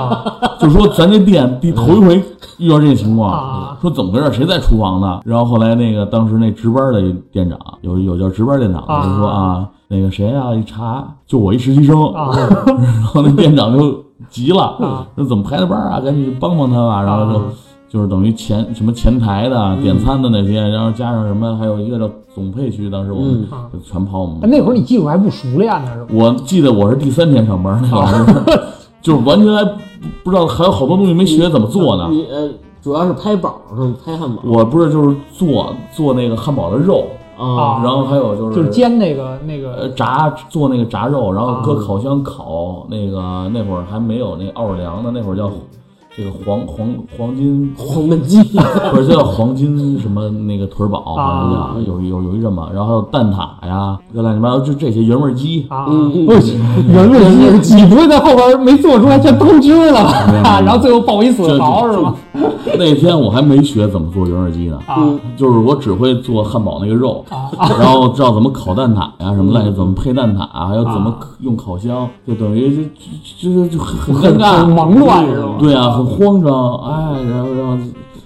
Speaker 3: 就说咱这店第头一回遇到这情况，
Speaker 2: 啊
Speaker 3: 说怎么回事？谁在厨房呢？然后后来那个当时那值班的店长有有叫值班店长的，
Speaker 2: 啊
Speaker 3: 就说啊那个谁啊一查就我一实习生，
Speaker 2: 啊
Speaker 3: 然后那店长就急
Speaker 2: 啊
Speaker 3: 了，那、怎么排的班啊？赶紧去帮帮他吧，然后就。
Speaker 2: 啊嗯
Speaker 3: 就是等于前什么前台的、啊点餐的那些，然后加上什么，还有一个叫总配区，当时我们
Speaker 2: 嗯
Speaker 3: 就全跑我们
Speaker 2: 哎 那会儿你技术还不熟练呢是吧？
Speaker 3: 我记得我是第三天上班，那
Speaker 2: 啊
Speaker 3: 会 儿就是完全还不不知道还有好多东西没学怎么做呢。
Speaker 2: 嗯
Speaker 1: 你呃，主要是拍堡是吗？拍汉堡
Speaker 3: 我不是就是做做那个汉堡的肉，
Speaker 1: 啊
Speaker 2: 啊
Speaker 3: 嗯然后还有就是
Speaker 2: 就是煎那个那
Speaker 3: 呃
Speaker 2: 个
Speaker 3: 炸做那个炸肉，然后搁烤箱烤。那个那会儿还没有那奥尔良呢，那会儿叫这个黄黄黄金，
Speaker 1: 黄焖鸡，
Speaker 3: 不是叫黄金什么那个腿堡，好
Speaker 2: 啊
Speaker 3: 像叫有有有一这么，然后还有蛋挞呀，这乱七八糟就这些原味鸡。
Speaker 2: 啊，
Speaker 1: 嗯
Speaker 2: 不是原味鸡，你不会在后边没做出来全偷吃了吧？然后最后抱一死槽是吗？
Speaker 3: 那天我还没学怎么做原味鸡呢。
Speaker 2: 啊
Speaker 1: 嗯
Speaker 3: 就是我只会做汉堡那个肉，然后知道怎么烤蛋挞呀、什么乱七怎么配蛋挞、啊还有怎么用烤箱，就等于就就就就很很尴
Speaker 2: 很
Speaker 3: 尬，
Speaker 2: 忙乱是吧？
Speaker 3: 对啊，很慌张，哎，然后然后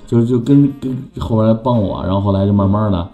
Speaker 3: 就就跟跟后来帮我，然后后来就慢慢的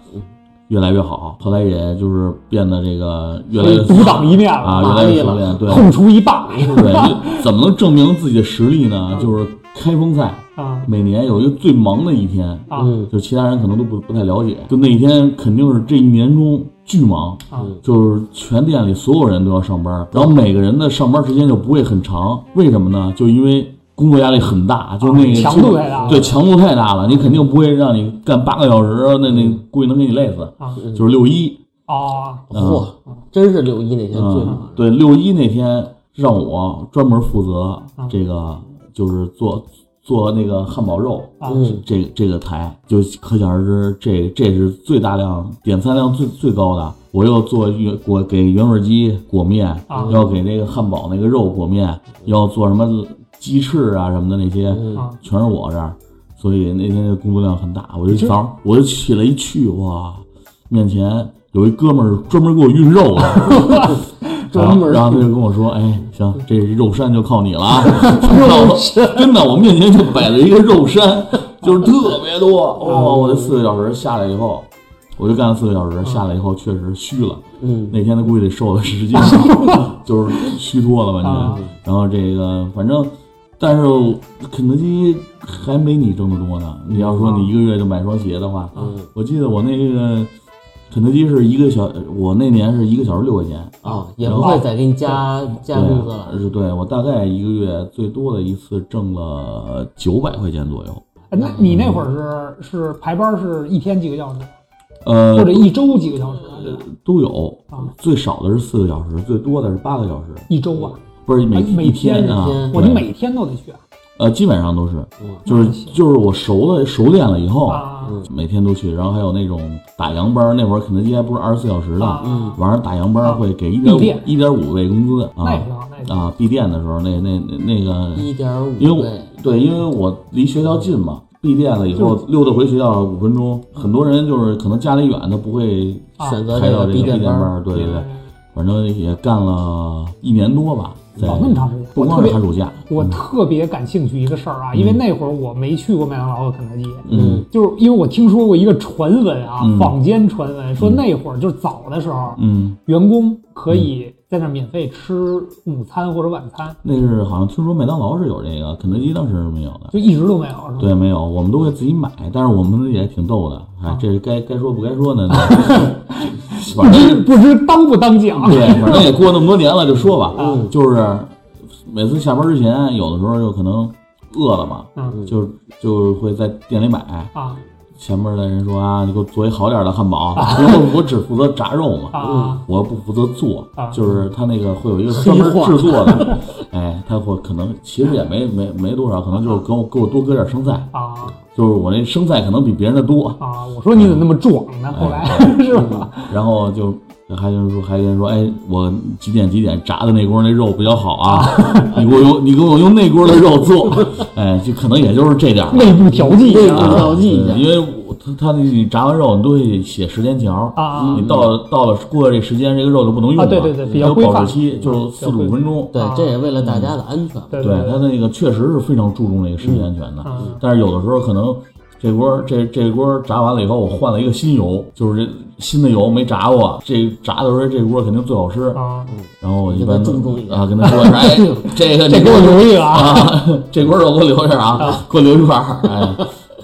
Speaker 3: 越来越好，后来也就是变得这个越来越
Speaker 2: 独当一面了，
Speaker 3: 啊，越来越熟练，对
Speaker 2: 后厨一霸
Speaker 3: 对，就怎么能证明自己的实力呢？就是开封赛
Speaker 2: 啊
Speaker 3: 每年有一个最忙的一天，
Speaker 2: 啊
Speaker 1: 嗯
Speaker 3: 就其他人可能都不不太了解。就那一天肯定是这一年中巨忙，
Speaker 2: 啊
Speaker 3: 就是全店里所有人都要上班，然后每个人的上班时间就不会很长，为什么呢？就因为。工作压力很大，就那个、
Speaker 2: 啊强度太大了
Speaker 3: 对强度太大了，你肯定不会让你干八个小时，那那估计能给你累死。
Speaker 2: 嗯啊
Speaker 3: 就是六一，
Speaker 2: 哦
Speaker 1: 嚯，真是六一那天最
Speaker 3: 啊嗯
Speaker 1: 忙，，
Speaker 3: 对
Speaker 2: 啊
Speaker 3: 六一那天让我专门负责这个，就是做做那个汉堡肉，
Speaker 2: 啊
Speaker 1: 嗯
Speaker 3: 这这个台就可想而知，这这是最大量点餐量最最高的。我又做原果给原味鸡裹面，
Speaker 2: 啊
Speaker 3: 要给那个汉堡那个肉裹面，要做什么鸡翅啊什么的那些，
Speaker 2: 啊
Speaker 3: 全是我这儿，所以那天的工作量很大。我就
Speaker 2: 这
Speaker 3: 早上我就起来一去，哇，面前有一哥们儿专门给我运肉的，然
Speaker 1: 专门
Speaker 3: 后
Speaker 1: 儿
Speaker 3: 然后他就跟我说，哎，行，这肉山就靠你了啊，肉山真的，我面前就摆了一个肉山，就是特别多。哇，我这四个小时下来以后。我就干了四个小时，下来以后确实虚了。
Speaker 1: 嗯，
Speaker 3: 那天他估计得瘦了十斤， 就是虚脱了完全。
Speaker 2: 啊
Speaker 3: 然后这个反正，但是肯德基还没你挣得多呢。你要说你一个月就买双鞋的话，
Speaker 1: 嗯
Speaker 3: 我记得我那个肯德基是一个小，我那年是一个小时六块钱。
Speaker 1: 啊，也不会再给你加加工资了。
Speaker 3: 嗯对，是对我大概一个月最多的一次挣了九百块钱左右。
Speaker 2: 哎那你那会儿是是排班是一天几个小时，
Speaker 3: 呃
Speaker 2: 或，者一周几个小时？啊对吧
Speaker 3: 都有
Speaker 2: 啊，
Speaker 3: 最少的是四个小时，最多的是八个小时，
Speaker 2: 一周啊，
Speaker 3: 不是每
Speaker 2: 啊每
Speaker 3: 一天啊
Speaker 1: 一天，
Speaker 2: 我就
Speaker 3: 对
Speaker 2: 每天都得去啊
Speaker 3: 呃基本上都是，
Speaker 1: 嗯
Speaker 3: 就是
Speaker 2: 那行
Speaker 3: 就是我熟了熟练了以后，
Speaker 2: 啊
Speaker 1: 嗯
Speaker 3: 每天都去，然后还有那种打烊班儿，那会儿肯德基还不是二十四小时的，
Speaker 2: 啊
Speaker 1: 嗯
Speaker 3: 晚上打烊班儿会给一点
Speaker 2: 闭
Speaker 3: 五
Speaker 2: 店
Speaker 3: 一点五倍工资
Speaker 2: 那也
Speaker 3: 啊
Speaker 2: 挺好，那也挺好。
Speaker 3: 啊！闭店的时候，那那那那个，
Speaker 1: 一点
Speaker 3: 因为
Speaker 1: 五
Speaker 3: 我
Speaker 1: 倍，
Speaker 3: 嗯对，因为我离学校近嘛，闭店了以后溜达回学校五分钟，很多人就是可能家里远，他不会
Speaker 2: 啊
Speaker 1: 选择
Speaker 3: 开
Speaker 1: 这
Speaker 3: 到
Speaker 1: 个
Speaker 3: 这个
Speaker 1: 闭
Speaker 3: 闭店
Speaker 1: 店
Speaker 3: 班
Speaker 1: 班儿，
Speaker 3: 啊儿，对对对，
Speaker 2: 嗯
Speaker 3: 反正也干了一年多吧，在
Speaker 2: 哦那么长时间
Speaker 3: 不
Speaker 2: 我
Speaker 3: 光
Speaker 2: 特
Speaker 3: 是
Speaker 2: 别
Speaker 3: 寒暑假，
Speaker 2: 我
Speaker 3: 嗯
Speaker 2: 特别感兴趣一个事儿啊，因为那会儿我没去过麦当劳和肯德基，
Speaker 3: 嗯
Speaker 2: 就是因为我听说过一个传闻啊，
Speaker 3: 嗯
Speaker 2: 坊间传闻说那会儿就是早的时候，
Speaker 3: 嗯，
Speaker 2: 员工可以在那儿免费吃午餐或者晚餐，
Speaker 3: 那是好像听说麦当劳是有这个，肯德基当时是没有的。
Speaker 2: 就一直都没有，是吧？
Speaker 3: 对，没有，我们都会自己买，但是我们也挺逗的，哎，这是该该说不该说呢，
Speaker 2: 不
Speaker 3: 反正
Speaker 2: 知不知当不当讲，啊
Speaker 3: 对，反正也过那么多年了，就说吧，
Speaker 1: 嗯
Speaker 3: 就是每次下班之前，有的时候就可能饿了嘛，
Speaker 2: 嗯
Speaker 3: 就就会在店里买，
Speaker 2: 啊
Speaker 3: 前面的人说啊，你给我做一好点的汉堡，因为我只负责炸肉嘛，
Speaker 2: 啊
Speaker 3: 我不负责做
Speaker 2: 啊，
Speaker 3: 就是他那个会有一个
Speaker 1: 黑
Speaker 3: 专门
Speaker 1: 化
Speaker 3: 制作的， 哎，他会可能其实也没没没多少，可能就是给我给我多搁点生菜。
Speaker 2: 啊
Speaker 3: 就是我那生菜可能比别人的多，
Speaker 2: 啊！我说你怎么那么壮
Speaker 3: 哎
Speaker 2: 呢？后来 是吧？
Speaker 3: 然后就还有人说，还有人说，哎，我几点几点炸的那锅那肉比较好啊，你给我用你给我用那锅的肉做，哎，就可能也就是这点儿。
Speaker 2: 内部调剂
Speaker 1: 内部
Speaker 2: 啊
Speaker 1: 调剂一下
Speaker 3: 对因为我他他那你炸完肉，你都会写时间条儿
Speaker 2: 啊
Speaker 3: 你到了到了过了这时间，这个肉就不能用了，
Speaker 2: 啊对对对比较
Speaker 3: 有
Speaker 2: 规
Speaker 3: 保
Speaker 2: 范
Speaker 3: 质期，就是四十五分钟。
Speaker 1: 对，这也为了大家
Speaker 3: 嗯
Speaker 1: 的安全。
Speaker 2: 对
Speaker 3: 对
Speaker 2: 对
Speaker 3: 他那个确实是非常注重这个食品安全的，
Speaker 2: 嗯
Speaker 3: 但是有的时候可能这锅这这锅炸完了以后，我换了一个新油，就是这新的油没炸过，这炸的时候这锅肯定最好吃。
Speaker 2: 啊，
Speaker 3: 然后我一般
Speaker 1: 给他注重一点
Speaker 3: 啊，跟 他说一声，哎，这
Speaker 2: 这
Speaker 3: 个这
Speaker 2: 给
Speaker 3: 锅
Speaker 2: 我留意了啊！
Speaker 3: 啊， 这锅肉给我留着啊，给我留一块儿，哎，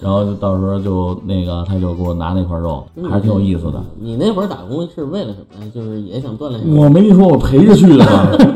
Speaker 3: 然后就到时候就那个他就给我拿那块肉，
Speaker 2: 嗯
Speaker 3: 还是挺有意思的。
Speaker 1: 你那会儿打工是为了什么呀？就是也想锻炼
Speaker 2: 嗯
Speaker 1: 身体。
Speaker 3: 我没跟你说我陪着去的吗？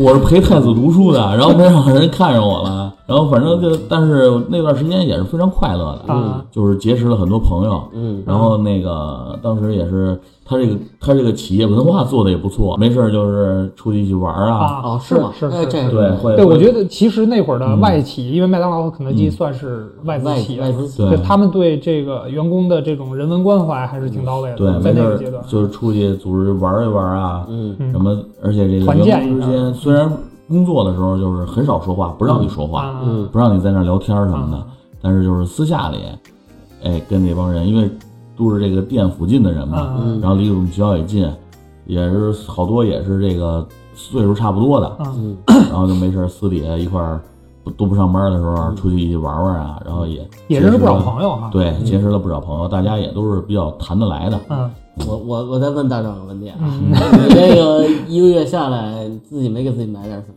Speaker 3: 我是陪太子读书的，然后没让人看上我了，然后反正就，但是那段时间也是非常快乐的，
Speaker 2: 啊
Speaker 3: 就是结识了很多朋友，
Speaker 1: 嗯，
Speaker 3: 然后那个当时也是他这个他这个企业文化做的也不错，没事儿就是出去一起玩儿啊，
Speaker 2: 啊
Speaker 1: 哦，是吗？
Speaker 2: 是
Speaker 1: 哎，这个
Speaker 3: 对，会
Speaker 2: 对，我
Speaker 3: 会
Speaker 2: 觉得其实那会儿的
Speaker 3: 嗯
Speaker 2: 外企，因为麦当劳和肯德基算是外资
Speaker 1: 外
Speaker 2: 企业，
Speaker 1: 外资企
Speaker 3: 对
Speaker 2: 对他们对这个员工的这种人文关怀还是挺到位
Speaker 3: 对
Speaker 2: 的，，在
Speaker 3: 没事
Speaker 2: 那
Speaker 3: 儿
Speaker 2: 个阶段
Speaker 3: 就是出去组织玩儿一玩儿啊，
Speaker 1: 嗯
Speaker 3: 什么，而且这个
Speaker 2: 团建
Speaker 3: 员工之
Speaker 2: 一嗯
Speaker 3: 间虽然工作的时候就是很少说话，不让你说话，嗯
Speaker 2: 啊，
Speaker 1: 嗯
Speaker 3: 不让你在那儿聊天儿什么的，
Speaker 2: 嗯
Speaker 3: 但是就是私下里，哎，跟那帮人，因为都是这个店附近的人嘛，
Speaker 2: 嗯
Speaker 1: 嗯
Speaker 3: 然后离我们学校也近，也是好多也是这个岁数差不多的，
Speaker 2: 嗯
Speaker 3: 然后就没事儿私底下一块儿不都不上班的时
Speaker 1: 嗯
Speaker 3: 候出去一起玩玩啊，然后也
Speaker 2: 嗯也认识不少朋友啊嗯哈。，
Speaker 3: 对，结识了不少朋友，大家也都是比较谈得来的。
Speaker 2: 嗯
Speaker 1: 我我我再问大壮个问题啊，
Speaker 2: 嗯
Speaker 1: 你这个一个月下来，你自己没给自己买点什么？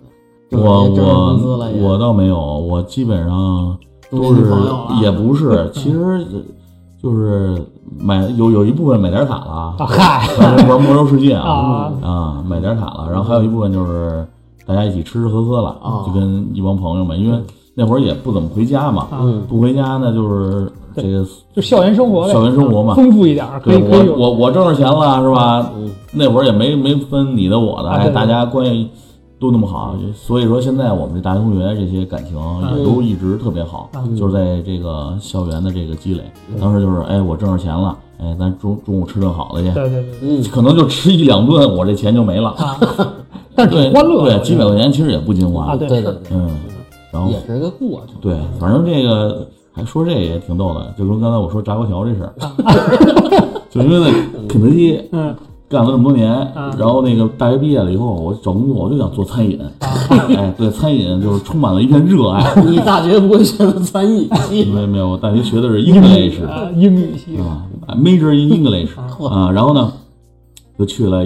Speaker 1: 挣
Speaker 3: 我
Speaker 1: 挣着工资
Speaker 3: 我
Speaker 1: 了也，
Speaker 3: 我倒没有，我基本上
Speaker 1: 都
Speaker 3: 都
Speaker 1: 是女
Speaker 3: 是
Speaker 1: 朋友啊
Speaker 3: 也 不是，其实就是买有有一部分买点卡 了
Speaker 2: 啊，，嗨
Speaker 3: 玩玩魔兽世界
Speaker 2: 啊
Speaker 3: 啊啊，买点卡了，然后还有一部分就是大家一起吃吃喝喝
Speaker 1: 哦
Speaker 3: 了，就跟一帮朋友们，因为那会儿也不怎么回家嘛，
Speaker 1: 嗯
Speaker 3: 不回家呢就是这个
Speaker 2: 就校园生活呗，
Speaker 3: 校园生活嘛
Speaker 2: 丰富一点儿，可
Speaker 3: 对
Speaker 2: 以可以
Speaker 3: 我
Speaker 2: 有
Speaker 3: 我我挣着钱了是吧
Speaker 1: 嗯？
Speaker 3: 那会儿也没没分你的我的，
Speaker 2: 啊
Speaker 3: 哎，
Speaker 2: 对对
Speaker 3: 大家关系都那么好，所以说现在我们这大学同学这些感情
Speaker 2: 啊
Speaker 3: 也都一直特别好，就是在这个校园的这个积累。
Speaker 2: 嗯
Speaker 3: 当时就是，哎，我挣着钱了，哎，咱中中午吃顿好的去，
Speaker 2: 对对对对，
Speaker 3: 可能就吃一两顿，我这钱就没了。
Speaker 2: 但是
Speaker 3: 对
Speaker 2: 挺欢乐的
Speaker 3: 对，几百块钱其实也不精华。
Speaker 2: 啊，对，
Speaker 1: 对
Speaker 2: 是
Speaker 1: 对对，
Speaker 3: 嗯，然后
Speaker 1: 也是个过程。
Speaker 3: 对，反正这个还说这也挺逗的，就跟刚才我说炸油条这事儿，就因为在肯德基
Speaker 2: 嗯，
Speaker 3: 干了这么多年，然后那个大学毕业了以后，我找工作我就想做餐饮， 哎，对餐饮就是充满了一片热 爱。
Speaker 1: 你大学不会学的餐 饮系？
Speaker 3: 没有没有，我大学学的是 English
Speaker 2: 啊，英语系
Speaker 3: 啊，major in English 啊，然后呢，就去了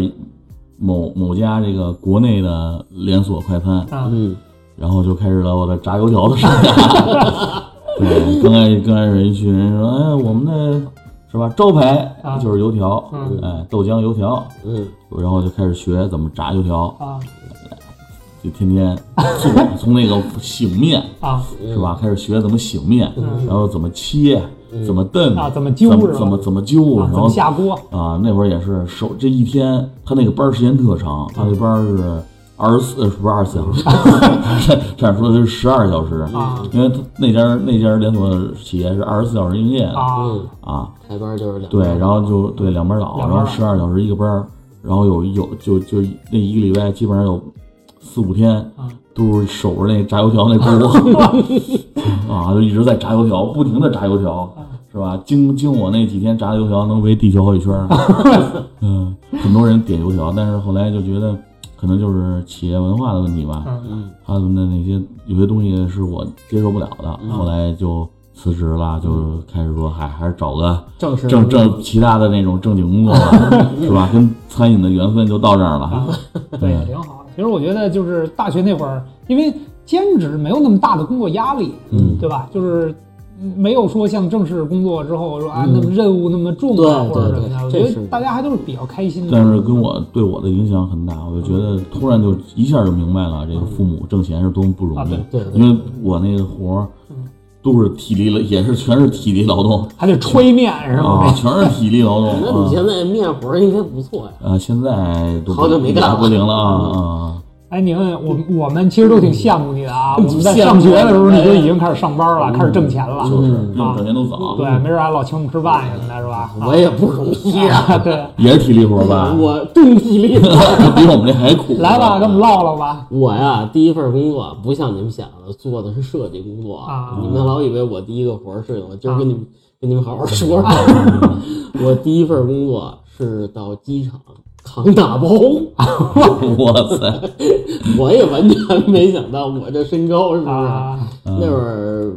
Speaker 3: 某某家这个国内的连锁快餐，
Speaker 2: 啊，
Speaker 1: 嗯，
Speaker 3: 然后就开始了我的炸油条的生涯。 对，刚开始刚开始一去人说，哎，我们的是吧，招牌
Speaker 2: 啊
Speaker 3: 就是油条，
Speaker 2: 嗯
Speaker 3: 哎，豆浆油条，
Speaker 1: 嗯，
Speaker 3: 然后就开始学怎么炸油条，
Speaker 2: 啊
Speaker 3: 就天天做，从那个醒面
Speaker 2: 啊
Speaker 3: 是
Speaker 1: 嗯
Speaker 3: 吧，开始学怎么醒面，然后怎么切，怎么炖
Speaker 2: 嗯啊怎么揪
Speaker 3: 怎
Speaker 2: 是
Speaker 3: 么
Speaker 2: 吧
Speaker 3: 怎么怎么揪，
Speaker 2: 啊，
Speaker 3: 然
Speaker 2: 怎么
Speaker 3: 后
Speaker 2: 下锅
Speaker 3: 啊，那会儿也是手这一天，他那个班儿时间特长，他那班儿是二十四，呃不是二十四小时， 这样说就是十二小时，
Speaker 2: 啊
Speaker 3: 因为他那家那家连锁企业是二十四小时营业的
Speaker 2: 啊
Speaker 1: 嗯，
Speaker 3: 啊
Speaker 1: 开班就是两
Speaker 3: 对，然后就对两班倒，
Speaker 2: 两
Speaker 3: 然
Speaker 2: 班
Speaker 3: 后
Speaker 2: 倒
Speaker 3: 十二小时一个班儿，然后有有就就那一个礼拜基本上有四五天
Speaker 2: 啊
Speaker 3: 都是守着那炸油 条那锅 啊，就一直在炸油条，不停的炸油
Speaker 2: 啊
Speaker 3: 条，是吧？经经我那几天炸油条能围地球好几圈儿， 嗯，很多人点油条，但是后来就觉得可能就是企业文化的问题吧，
Speaker 2: 嗯
Speaker 3: 他们的那些有些东西是我接受不了
Speaker 2: 嗯
Speaker 3: 的，后来就辞职了，就开始说，还还是找个。
Speaker 1: 正式
Speaker 3: 正正其他的那种正经工作
Speaker 1: 啊
Speaker 3: 吧，是吧？跟餐饮的缘分就到这儿了。
Speaker 2: 对，也挺好。其实我觉得就是大学那会儿，因为兼职没有那么大的工作压力，
Speaker 3: 嗯
Speaker 2: 对吧？就是嗯没有说像正式工作之后说啊，那么任务那么重
Speaker 1: 对
Speaker 2: 啊，或者
Speaker 1: 对
Speaker 2: 什么
Speaker 1: 对
Speaker 2: 的。我
Speaker 1: 这
Speaker 2: 觉得
Speaker 1: 是
Speaker 2: 大家还都是比较开心的。
Speaker 3: 但是跟我对我的影响很大，我就觉得突然就一下就明白了，这个父母挣钱是多么不容易
Speaker 2: 啊。
Speaker 1: 对对嗯对
Speaker 3: 因为我那个活儿都是体力了，也是全是体力 劳动
Speaker 2: 还得吹面是吧？
Speaker 3: 啊，全是体力劳
Speaker 1: 那
Speaker 3: 动
Speaker 1: 你
Speaker 3: 啊。
Speaker 1: 现在面活儿应该不错呀？
Speaker 3: 呃，现在都
Speaker 1: 好久没干了嗯
Speaker 3: 不灵了啊
Speaker 2: 哎，你们我我们其实都挺羡慕你的啊！我
Speaker 1: 嗯
Speaker 2: 们在上学的时候，你就已经开始上班了，开始挣钱了
Speaker 3: 啊！，就是
Speaker 1: 嗯
Speaker 3: 比
Speaker 2: 啊
Speaker 3: 我挣钱都早，
Speaker 2: 对，没准啊还老请我们吃饭什么的，是吧？
Speaker 1: 我也不容易啊，
Speaker 2: 啊，对，
Speaker 3: 也是体力活儿吧？
Speaker 1: 我动体力。
Speaker 3: 比我们这还苦。
Speaker 2: 来吧，跟我们唠唠吧。
Speaker 1: 我呀，第一份工作不像你们想的，做的是设计工作
Speaker 2: 啊
Speaker 1: 你们老以为我第一个活儿是，我今儿跟你们、跟你们好好说说。 我第一份工作是到机场扛打包，
Speaker 3: 哇塞！
Speaker 1: 我也完全没想到我这身高是不是？
Speaker 2: 啊，
Speaker 1: 那会儿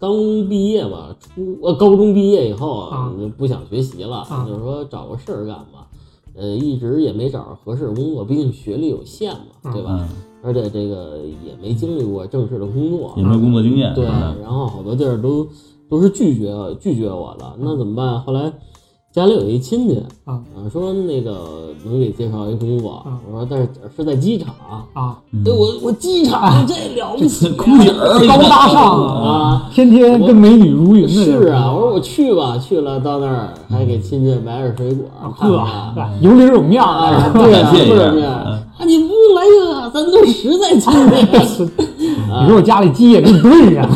Speaker 1: 刚毕业吧，初呃高中毕业以后
Speaker 2: 啊
Speaker 1: 就不想学习了，
Speaker 2: 啊
Speaker 1: 就是说找个事儿干吧。呃，一直也没找着合适的工作，毕竟学历有限嘛，对吧？
Speaker 3: 嗯
Speaker 1: 而且这个也没经历过正式的工作，
Speaker 3: 也没有工作经验，啊
Speaker 1: 对，
Speaker 3: 是
Speaker 2: 嗯
Speaker 3: 吧
Speaker 1: 然后好多地儿都都是拒绝拒绝我的，那怎么办？后来家里有一亲戚
Speaker 2: 嗯啊
Speaker 1: 说那个能给介绍一工作，
Speaker 2: 啊
Speaker 1: 我说但是是在机场，
Speaker 2: 啊，
Speaker 3: 嗯
Speaker 1: 对我我机 场这了不起、啊，
Speaker 3: 空姐儿
Speaker 2: 高大上啊，
Speaker 1: 啊！
Speaker 2: 天天跟美女如云的这
Speaker 1: 是
Speaker 2: 种
Speaker 1: 啊，我说我去吧，去了到那儿还给亲戚买点水果，看
Speaker 2: 啊呵
Speaker 1: 看，
Speaker 2: 有里有面儿
Speaker 1: 啊，
Speaker 2: 啊。
Speaker 1: 对啊，
Speaker 3: 感谢一下
Speaker 1: 是不是？啊，你不用来这个，咱都实在亲 戚。
Speaker 2: 你说我家里鸡也给你炖上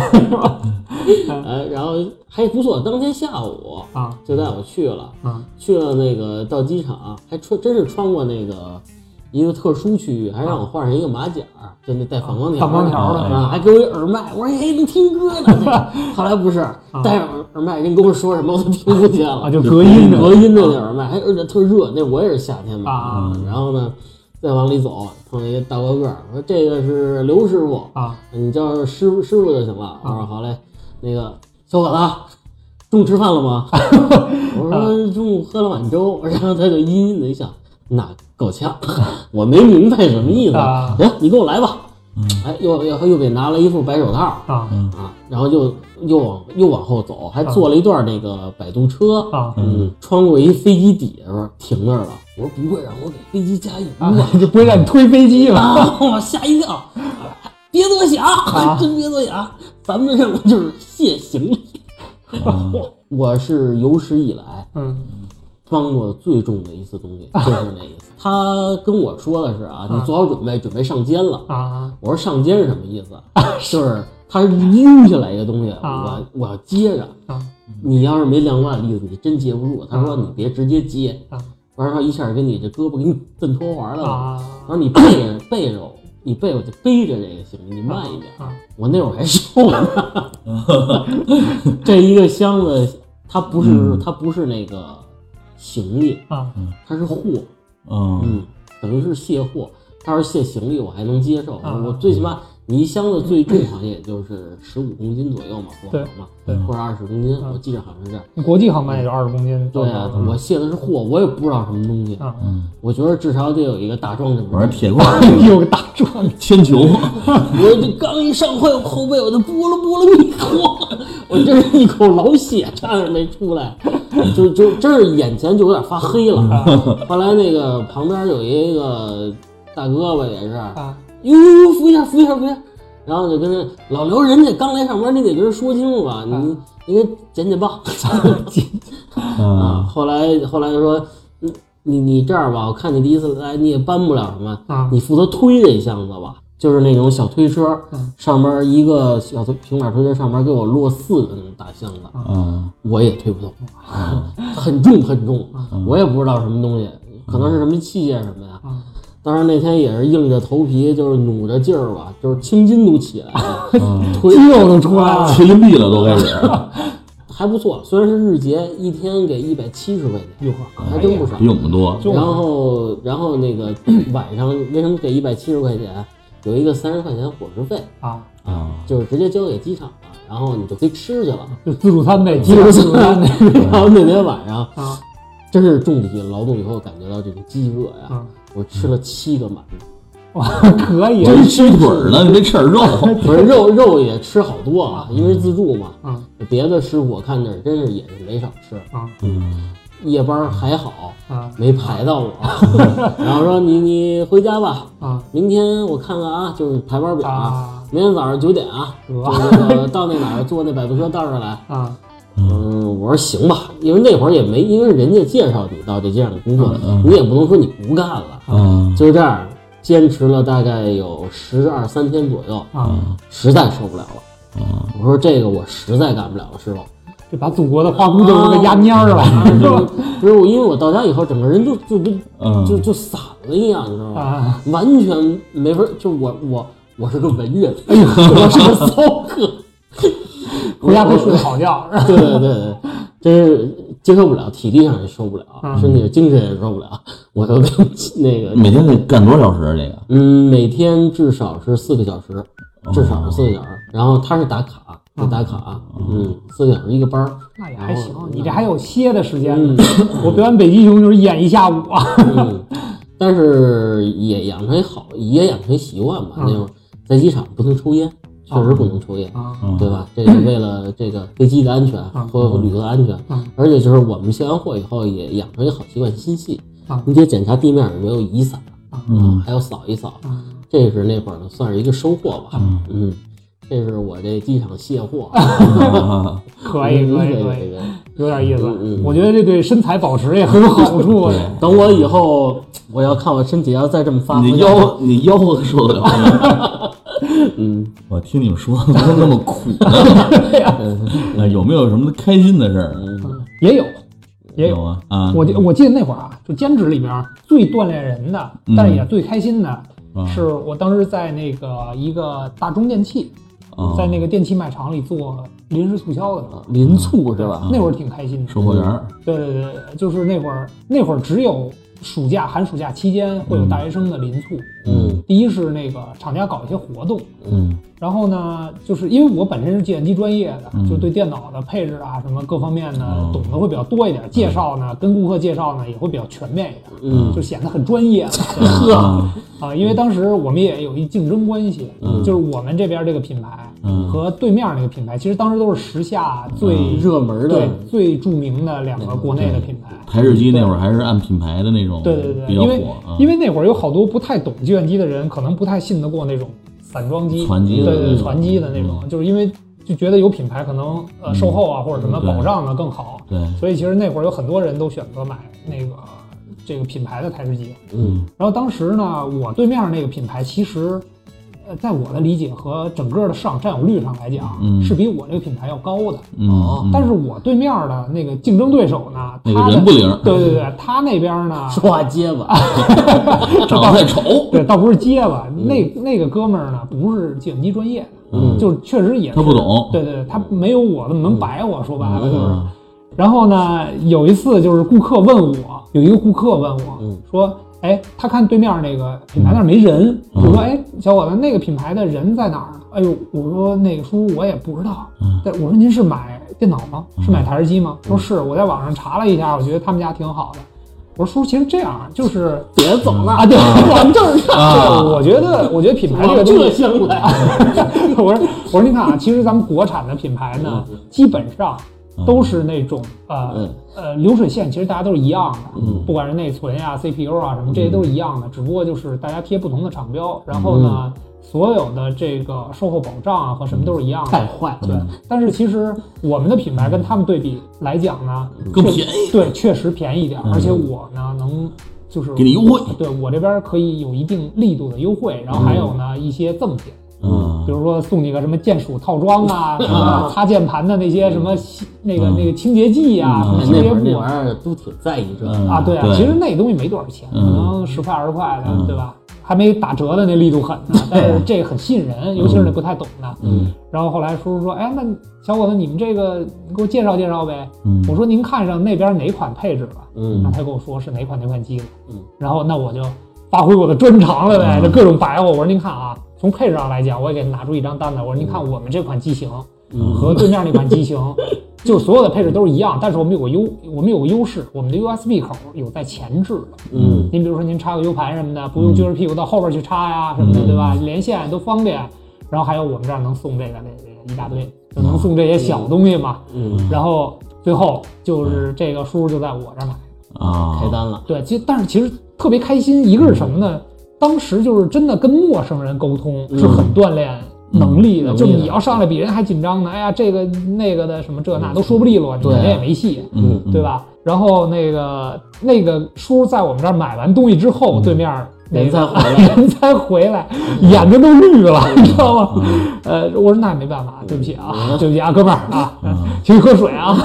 Speaker 1: 呃，然后还不错，当天下午
Speaker 2: 啊
Speaker 1: 就带我去了，
Speaker 2: 啊
Speaker 1: 去了那个到机场，还穿真是穿过那个一个特殊区域，还让我换上一个马甲儿，就那带反光条儿的，
Speaker 2: 反光条儿的那哎
Speaker 1: 啊，还给我一耳麦，我说哎能听歌呢。这 个后来不是
Speaker 2: 啊
Speaker 1: 戴上耳麦，人跟我说什么我都听不见了
Speaker 2: 啊，就隔音的
Speaker 1: 隔音的那耳麦，还而且特热，那我也是夏天嘛。嗯
Speaker 2: 啊
Speaker 1: 然后呢，再往里走，碰见一个大高个儿，说这个是刘师傅，
Speaker 2: 啊
Speaker 1: 你叫师傅师傅就行了。我说好嘞，那个小伙子，啊中午吃饭了 吗？我
Speaker 2: 啊
Speaker 1: 说中午喝了碗粥，然后他就阴阴的一笑，那够呛， 我没明白什么意思。
Speaker 2: 啊嗯
Speaker 1: 行，你给我来吧。哎，又又又给拿了一副白手套
Speaker 2: 啊
Speaker 1: 啊，然后就又往又往后走，还坐了一段那个摆渡车
Speaker 2: 啊
Speaker 1: 嗯，穿过一飞机底下边停那儿了。我说不会让我给飞机加油
Speaker 2: 啊
Speaker 1: 吧？，
Speaker 2: 就不会让你推飞机了
Speaker 1: 啊， 我吓一跳，别多想， 真别多想，咱们的任务啊 就是卸行李。我是有史以来
Speaker 2: 嗯
Speaker 1: 帮我最重的一次东 西，就是那个。他跟我说的是啊，你做好准备，准备上肩了。
Speaker 2: 啊，
Speaker 1: 我说上肩是什么意思？ 就是他溜下来一个东西，我
Speaker 2: 啊
Speaker 1: 我要接着。
Speaker 2: 啊
Speaker 1: 你要是没两把栗子，你真接不住。他说你别直接接，
Speaker 2: 啊
Speaker 1: 完了他一下给你这胳膊给你蹬脱环了。
Speaker 2: 啊
Speaker 1: 然后你背着背着我，你背我就背着这个行吗？你慢一点。
Speaker 2: 啊
Speaker 1: 我那会儿还瘦呢， 这一个箱子它不是、
Speaker 3: 嗯
Speaker 1: 它不是那个行李，
Speaker 2: 啊
Speaker 1: 它是货，
Speaker 3: 嗯
Speaker 1: 嗯，等于是卸货。它要是卸行李，我还能接受。
Speaker 2: 啊
Speaker 1: 我最起码你一箱子最重好像也就是十五公斤左右嘛，不可能嘛，
Speaker 2: 对对
Speaker 1: 或者二十公斤，
Speaker 2: 啊
Speaker 1: 我记着好像是这样。
Speaker 2: 国际航班也就二十公斤左
Speaker 1: 对
Speaker 2: 右
Speaker 1: 啊，我卸的是货，我也不知道什么东西，
Speaker 2: 啊，
Speaker 3: 嗯，
Speaker 1: 我觉得至少得有一个大装的。
Speaker 3: 我说铁块儿
Speaker 2: 有个大壮
Speaker 3: 铅球，
Speaker 1: 我这刚一上会，我后背我就拨了拨了一口，我真是一口老血差点没出来，就就真是眼前就有点发黑了。啊后来那个旁边有一个大哥吧，也是，
Speaker 2: 啊
Speaker 1: 呦呦呦，扶一下，扶一下，扶一下，然后就跟那老刘，人家刚来上班，你得跟人说清楚吧，你你给捡捡吧。啊，
Speaker 3: 嗯
Speaker 1: 后来后来就说，嗯你你这样吧，我看你第一次来，你也搬不了什么，
Speaker 2: 啊
Speaker 1: 你负责推这箱子吧，就是那种小推车，
Speaker 2: 嗯
Speaker 1: 上面一个小推平板推车上面给我摞四个那种大箱子，
Speaker 2: 啊
Speaker 3: 嗯
Speaker 1: 我也推不动， 很重很重，我也不知道什么东西，可能是什么器械什么呀。
Speaker 2: 啊
Speaker 1: 当然那天也是硬着头皮，就是努着劲儿吧，就是青筋都起来了，
Speaker 3: 嗯，
Speaker 1: 推
Speaker 2: 肌肉都出来了
Speaker 3: 吹啊硬币了都开始，
Speaker 1: 还不错，虽然是日结，一天给一百七十块钱，
Speaker 2: 哟
Speaker 1: 还真不少。
Speaker 3: 比我们多，
Speaker 2: 就
Speaker 1: 然后然后那个晚上为什么给一百七十块钱？有一个三十块钱伙食费，
Speaker 2: 啊，
Speaker 3: 啊，
Speaker 1: 就是直接交给机场了，然后你就可以吃去了。
Speaker 2: 就自助餐呗，肌肉自助餐呗
Speaker 1: 然后那天晚上
Speaker 2: 啊
Speaker 1: 真是重体劳动以后感觉到这种饥饿呀，
Speaker 2: 啊，
Speaker 1: 我吃了七个馒
Speaker 2: 哇，可以啊
Speaker 3: 真吃腿儿呢，你没 吃点肉，
Speaker 1: 头，不是肉肉也吃好多啊，因为自助嘛。
Speaker 2: 啊
Speaker 1: 别的师傅我看那儿真是也是没少吃，
Speaker 2: 啊
Speaker 3: 嗯
Speaker 1: 夜班还好
Speaker 2: 啊
Speaker 1: 没排到我，然后说你你回家吧，
Speaker 2: 啊
Speaker 1: 明天我看看啊，就是排班表啊。
Speaker 2: 啊
Speaker 1: 明天早上九点啊，
Speaker 2: 得
Speaker 1: 就是那个到那哪儿坐那摆渡车到这儿 来。
Speaker 2: 啊
Speaker 1: 嗯，我说行吧，因为那会儿也没，因为人家介绍你到这这样的工作，
Speaker 2: 嗯
Speaker 1: 你也不能说你不干了，
Speaker 3: 啊
Speaker 1: 就这样坚持了大概有十二三天左右，
Speaker 2: 啊！
Speaker 1: 实在受不了了。
Speaker 2: 嗯
Speaker 3: 啊，
Speaker 1: 我说这个我实在干不了了，师傅。
Speaker 2: 这把祖国的花骨朵给压蔫儿了，是 吧？
Speaker 1: 不是我，因为我到家以后，整个人就就跟
Speaker 3: 嗯
Speaker 1: 就就散了一样，你知道吗？
Speaker 2: 啊，
Speaker 1: 完全没法，就我我我是个文 人，哎呦，我是个骚客。
Speaker 2: 回家得睡个好觉，
Speaker 1: 对对对，真是接受不了，体力上也受不了，
Speaker 2: 嗯
Speaker 1: 身体精神也受不了。我就跟那个，
Speaker 3: 每天得干多少小时啊这个？
Speaker 1: 嗯，每天至少是四个小时，
Speaker 3: 哦
Speaker 1: 至少是四个小时。然后他是打卡，是打卡，
Speaker 3: 哦
Speaker 1: 嗯，四个小时一个班儿。
Speaker 2: 那也还行，你这还有歇的时间呢
Speaker 1: 嗯。
Speaker 2: 我表演北极熊就是演一下午啊，
Speaker 1: 嗯，但是也养成一好，也养成一习惯吧。
Speaker 2: 嗯
Speaker 1: 那种在机场不能抽烟，确实不能抽烟。
Speaker 2: 啊
Speaker 3: 嗯
Speaker 1: 对吧？这是为了这个飞机的安全
Speaker 2: 嗯
Speaker 1: 和旅客的安全
Speaker 2: 嗯，
Speaker 1: 而且就是我们卸完货以后也养成一个好习惯，心细
Speaker 2: 嗯，
Speaker 1: 你得检查地面有没有雨伞
Speaker 2: 啊
Speaker 1: 啊，还要扫一扫。
Speaker 2: 啊
Speaker 1: 这是那会儿呢，算是一个收获吧。嗯，这是我这机场卸货，
Speaker 3: 啊
Speaker 2: 可以可以可以，
Speaker 1: 以。
Speaker 2: 有点意思
Speaker 1: 嗯嗯。
Speaker 2: 我觉得这对身材保持也很有好处。
Speaker 3: 对
Speaker 1: 等我以后我要看我身体要再这么发，
Speaker 3: 你
Speaker 1: 回
Speaker 3: 的
Speaker 1: 头
Speaker 2: 啊
Speaker 3: 腰，你腰受得了吗？
Speaker 1: 嗯，
Speaker 3: 我听你们说怎么那么苦呢？那有没有什么开心的事儿？啊
Speaker 2: 也有，嗯也有。
Speaker 3: 有啊啊！
Speaker 2: 我记我记得那会儿啊，就兼职里面最锻炼人的，
Speaker 3: 嗯
Speaker 2: 但是也最开心的，
Speaker 3: 啊
Speaker 2: 是我当时在那个一个大中电器，
Speaker 3: 啊
Speaker 2: 在那个电器卖场里做临时促销的时候，
Speaker 1: 临促是吧？
Speaker 2: 那会儿挺开心的。
Speaker 3: 售货员 儿
Speaker 2: 对对对，对就是那会儿那会儿只有暑假寒暑假期间会有大学生的临促。
Speaker 1: 嗯
Speaker 2: 第一是那个厂家搞一些活动，
Speaker 3: 嗯
Speaker 2: 然后呢，就是因为我本身是计算机专业的，
Speaker 3: 嗯
Speaker 2: 就对电脑的配置啊什么各方面呢
Speaker 3: 哦
Speaker 2: 懂得会比较多一点，介绍呢跟顾客介绍呢也会比较全面一点，
Speaker 1: 嗯
Speaker 2: 就显得很专业了。
Speaker 3: 啊
Speaker 2: 啊，因为当时我们也有一竞争关系，
Speaker 1: 嗯
Speaker 2: 就是我们这边这个品牌
Speaker 3: 嗯
Speaker 2: 和对面那个品牌，其实当时都是时下最、
Speaker 1: 热门
Speaker 2: 嗯对
Speaker 1: 的，
Speaker 2: 最著名的两个国内的品牌。
Speaker 3: 台式机那会儿还是按品牌的那种，
Speaker 2: 对对对，
Speaker 3: 比较
Speaker 2: 因为
Speaker 3: 火啊。
Speaker 2: 因为那会儿有好多不太懂计算机的人，可能不太信得过那种散装机、
Speaker 3: 传机
Speaker 2: 对
Speaker 3: 的
Speaker 2: 对
Speaker 3: 那
Speaker 2: 对
Speaker 3: 种嗯
Speaker 2: 传机的那种，就是因为就觉得有品牌可能呃售后啊或者什么
Speaker 3: 对
Speaker 2: 保障的更好，
Speaker 3: 对，
Speaker 2: 所以其实那会儿有很多人都选择买那个这个品牌的台式机。
Speaker 1: 嗯
Speaker 2: 然后当时呢，我对面那个品牌其实，呃，在我的理解和整个的市场占有率上来讲，
Speaker 3: 嗯
Speaker 2: 是比我这个品牌要高的。
Speaker 3: 嗯，
Speaker 1: 哦
Speaker 3: 嗯
Speaker 2: 但是我对面的那个竞争对手呢，
Speaker 3: 那
Speaker 2: 他
Speaker 3: 个
Speaker 2: 的
Speaker 3: 人不灵，
Speaker 2: 对对对，他那边呢，
Speaker 1: 说话结巴，
Speaker 2: 啊
Speaker 3: 长得太丑，
Speaker 2: 对，倒不是结巴，
Speaker 3: 嗯
Speaker 2: 那那个哥们儿呢，不是计算机专业的，
Speaker 1: 嗯
Speaker 2: 就是确实也是
Speaker 3: 他不懂
Speaker 2: 对对对，他没有我那么能白我，说白了就是。
Speaker 3: 嗯
Speaker 2: 然后呢，有一次就是顾客问我，有一个顾客问我、
Speaker 1: 嗯
Speaker 2: 说，哎，他看对面那个品牌那儿没人，
Speaker 3: 嗯
Speaker 2: 我说，哎，小伙子，那个品牌的人在哪儿呢？哎呦，我说那个叔我也不知道，
Speaker 3: 嗯
Speaker 2: 但我说您是买电脑吗？是买台式机吗？他说是，我在网上查了一下，我觉得他们家挺好的。我说叔，其实这样就是
Speaker 1: 别走了
Speaker 2: 啊，，对，
Speaker 1: 往这儿看，
Speaker 2: 对，
Speaker 3: 啊，
Speaker 2: 我觉得，我觉得品牌这个
Speaker 1: 往
Speaker 2: 东
Speaker 1: 这
Speaker 2: 西，
Speaker 1: 想来，
Speaker 2: 我说，我说，你看啊，其实咱们国产的品牌呢，
Speaker 3: 嗯
Speaker 2: 基本上都是那种呃
Speaker 1: 嗯
Speaker 2: 呃流水线，其实大家都是一样的，
Speaker 1: 嗯
Speaker 2: 不管是内存呀、CPU 啊什么，
Speaker 3: 嗯
Speaker 2: 这些都是一样的，只不过就是大家贴不同的厂标，然后呢，
Speaker 3: 嗯
Speaker 2: 所有的这个售后保障啊和什么都是一
Speaker 3: 嗯
Speaker 2: 样
Speaker 1: 太
Speaker 2: 的。
Speaker 1: 坏了，
Speaker 2: 对，但是其实我们的品牌跟他们对比来讲呢，
Speaker 3: 嗯更
Speaker 2: 确
Speaker 3: 便宜，
Speaker 2: 对，确实便宜点儿，
Speaker 3: 嗯
Speaker 2: 而且我呢能就是
Speaker 3: 给你优惠
Speaker 2: 对我这边儿可以有一定力度的优惠，然后还有呢一些赠品，
Speaker 3: 嗯
Speaker 2: 比，如说送你个什么键鼠套装啊，什么
Speaker 1: 啊
Speaker 2: 擦键盘的那些什么吸那个
Speaker 3: 嗯
Speaker 2: 那个清洁剂啊，什
Speaker 3: 嗯
Speaker 2: 么
Speaker 1: 哎
Speaker 2: 清
Speaker 1: 那会
Speaker 2: 洁
Speaker 1: 儿那
Speaker 2: 布啊
Speaker 1: 玩意儿都挺在意这个，
Speaker 3: 嗯
Speaker 2: 啊，对啊，
Speaker 3: 对
Speaker 2: 其实那东西没多少钱，可
Speaker 3: 嗯
Speaker 2: 能十块二十块的
Speaker 3: 嗯，
Speaker 2: 对吧？还没打折的那力度狠呢，但是这很吸引人，尤其是那不太懂的。
Speaker 3: 嗯
Speaker 2: 然后后来叔叔说：“哎，那小伙子，你们这个你给我介绍介绍呗。”
Speaker 3: 嗯，
Speaker 2: 我说：“您看上那边哪款配置了？”那
Speaker 1: 嗯，
Speaker 2: 他跟我说是哪款哪款机子，
Speaker 1: 嗯，
Speaker 2: 然后那我就发挥我的专长了呗，就各种白话。我说您看啊，从配置上来讲，我也给拿出一张单来，我说您看我们这款机型
Speaker 1: 嗯
Speaker 2: 和对面那款 机型，就所有的配置都是一样，但是我们有个优，我们有个优势，我们的 USB 口有在前置的。
Speaker 1: 嗯
Speaker 2: 您比如说您插个 U 盘什么的，不用撅着屁股到后边去插呀什么
Speaker 1: 嗯
Speaker 2: 的，对吧？连线都方便。然后还有我们这儿能送这个那个一大堆，就能送这些小东西嘛。
Speaker 1: 嗯，
Speaker 2: 然后最后就是这个叔叔就在我这儿买。
Speaker 3: 啊，
Speaker 1: 开单了，
Speaker 2: 对，其实但是其实特别开心，一个是什么呢？当时就是真的跟陌生人沟通
Speaker 1: 嗯
Speaker 2: 是很锻炼能力的，
Speaker 1: 嗯
Speaker 2: 就
Speaker 1: 能力的
Speaker 2: 你要上来比人还紧张呢，哎呀，这个那个的什么这那都说不利落，你
Speaker 1: 对啊
Speaker 2: 肯定也没戏，
Speaker 3: 嗯，嗯
Speaker 2: 对？吧？然后那个那个叔在我们这儿买完东西之后，对面那
Speaker 1: 人
Speaker 2: 个
Speaker 1: 才回来，
Speaker 2: 人才回来，眼睛都绿了，你知道吗？
Speaker 3: 嗯
Speaker 2: 呃，我说那也没办法，对不起啊，对不起啊，哥们儿啊，
Speaker 3: 嗯
Speaker 2: 请你喝水啊，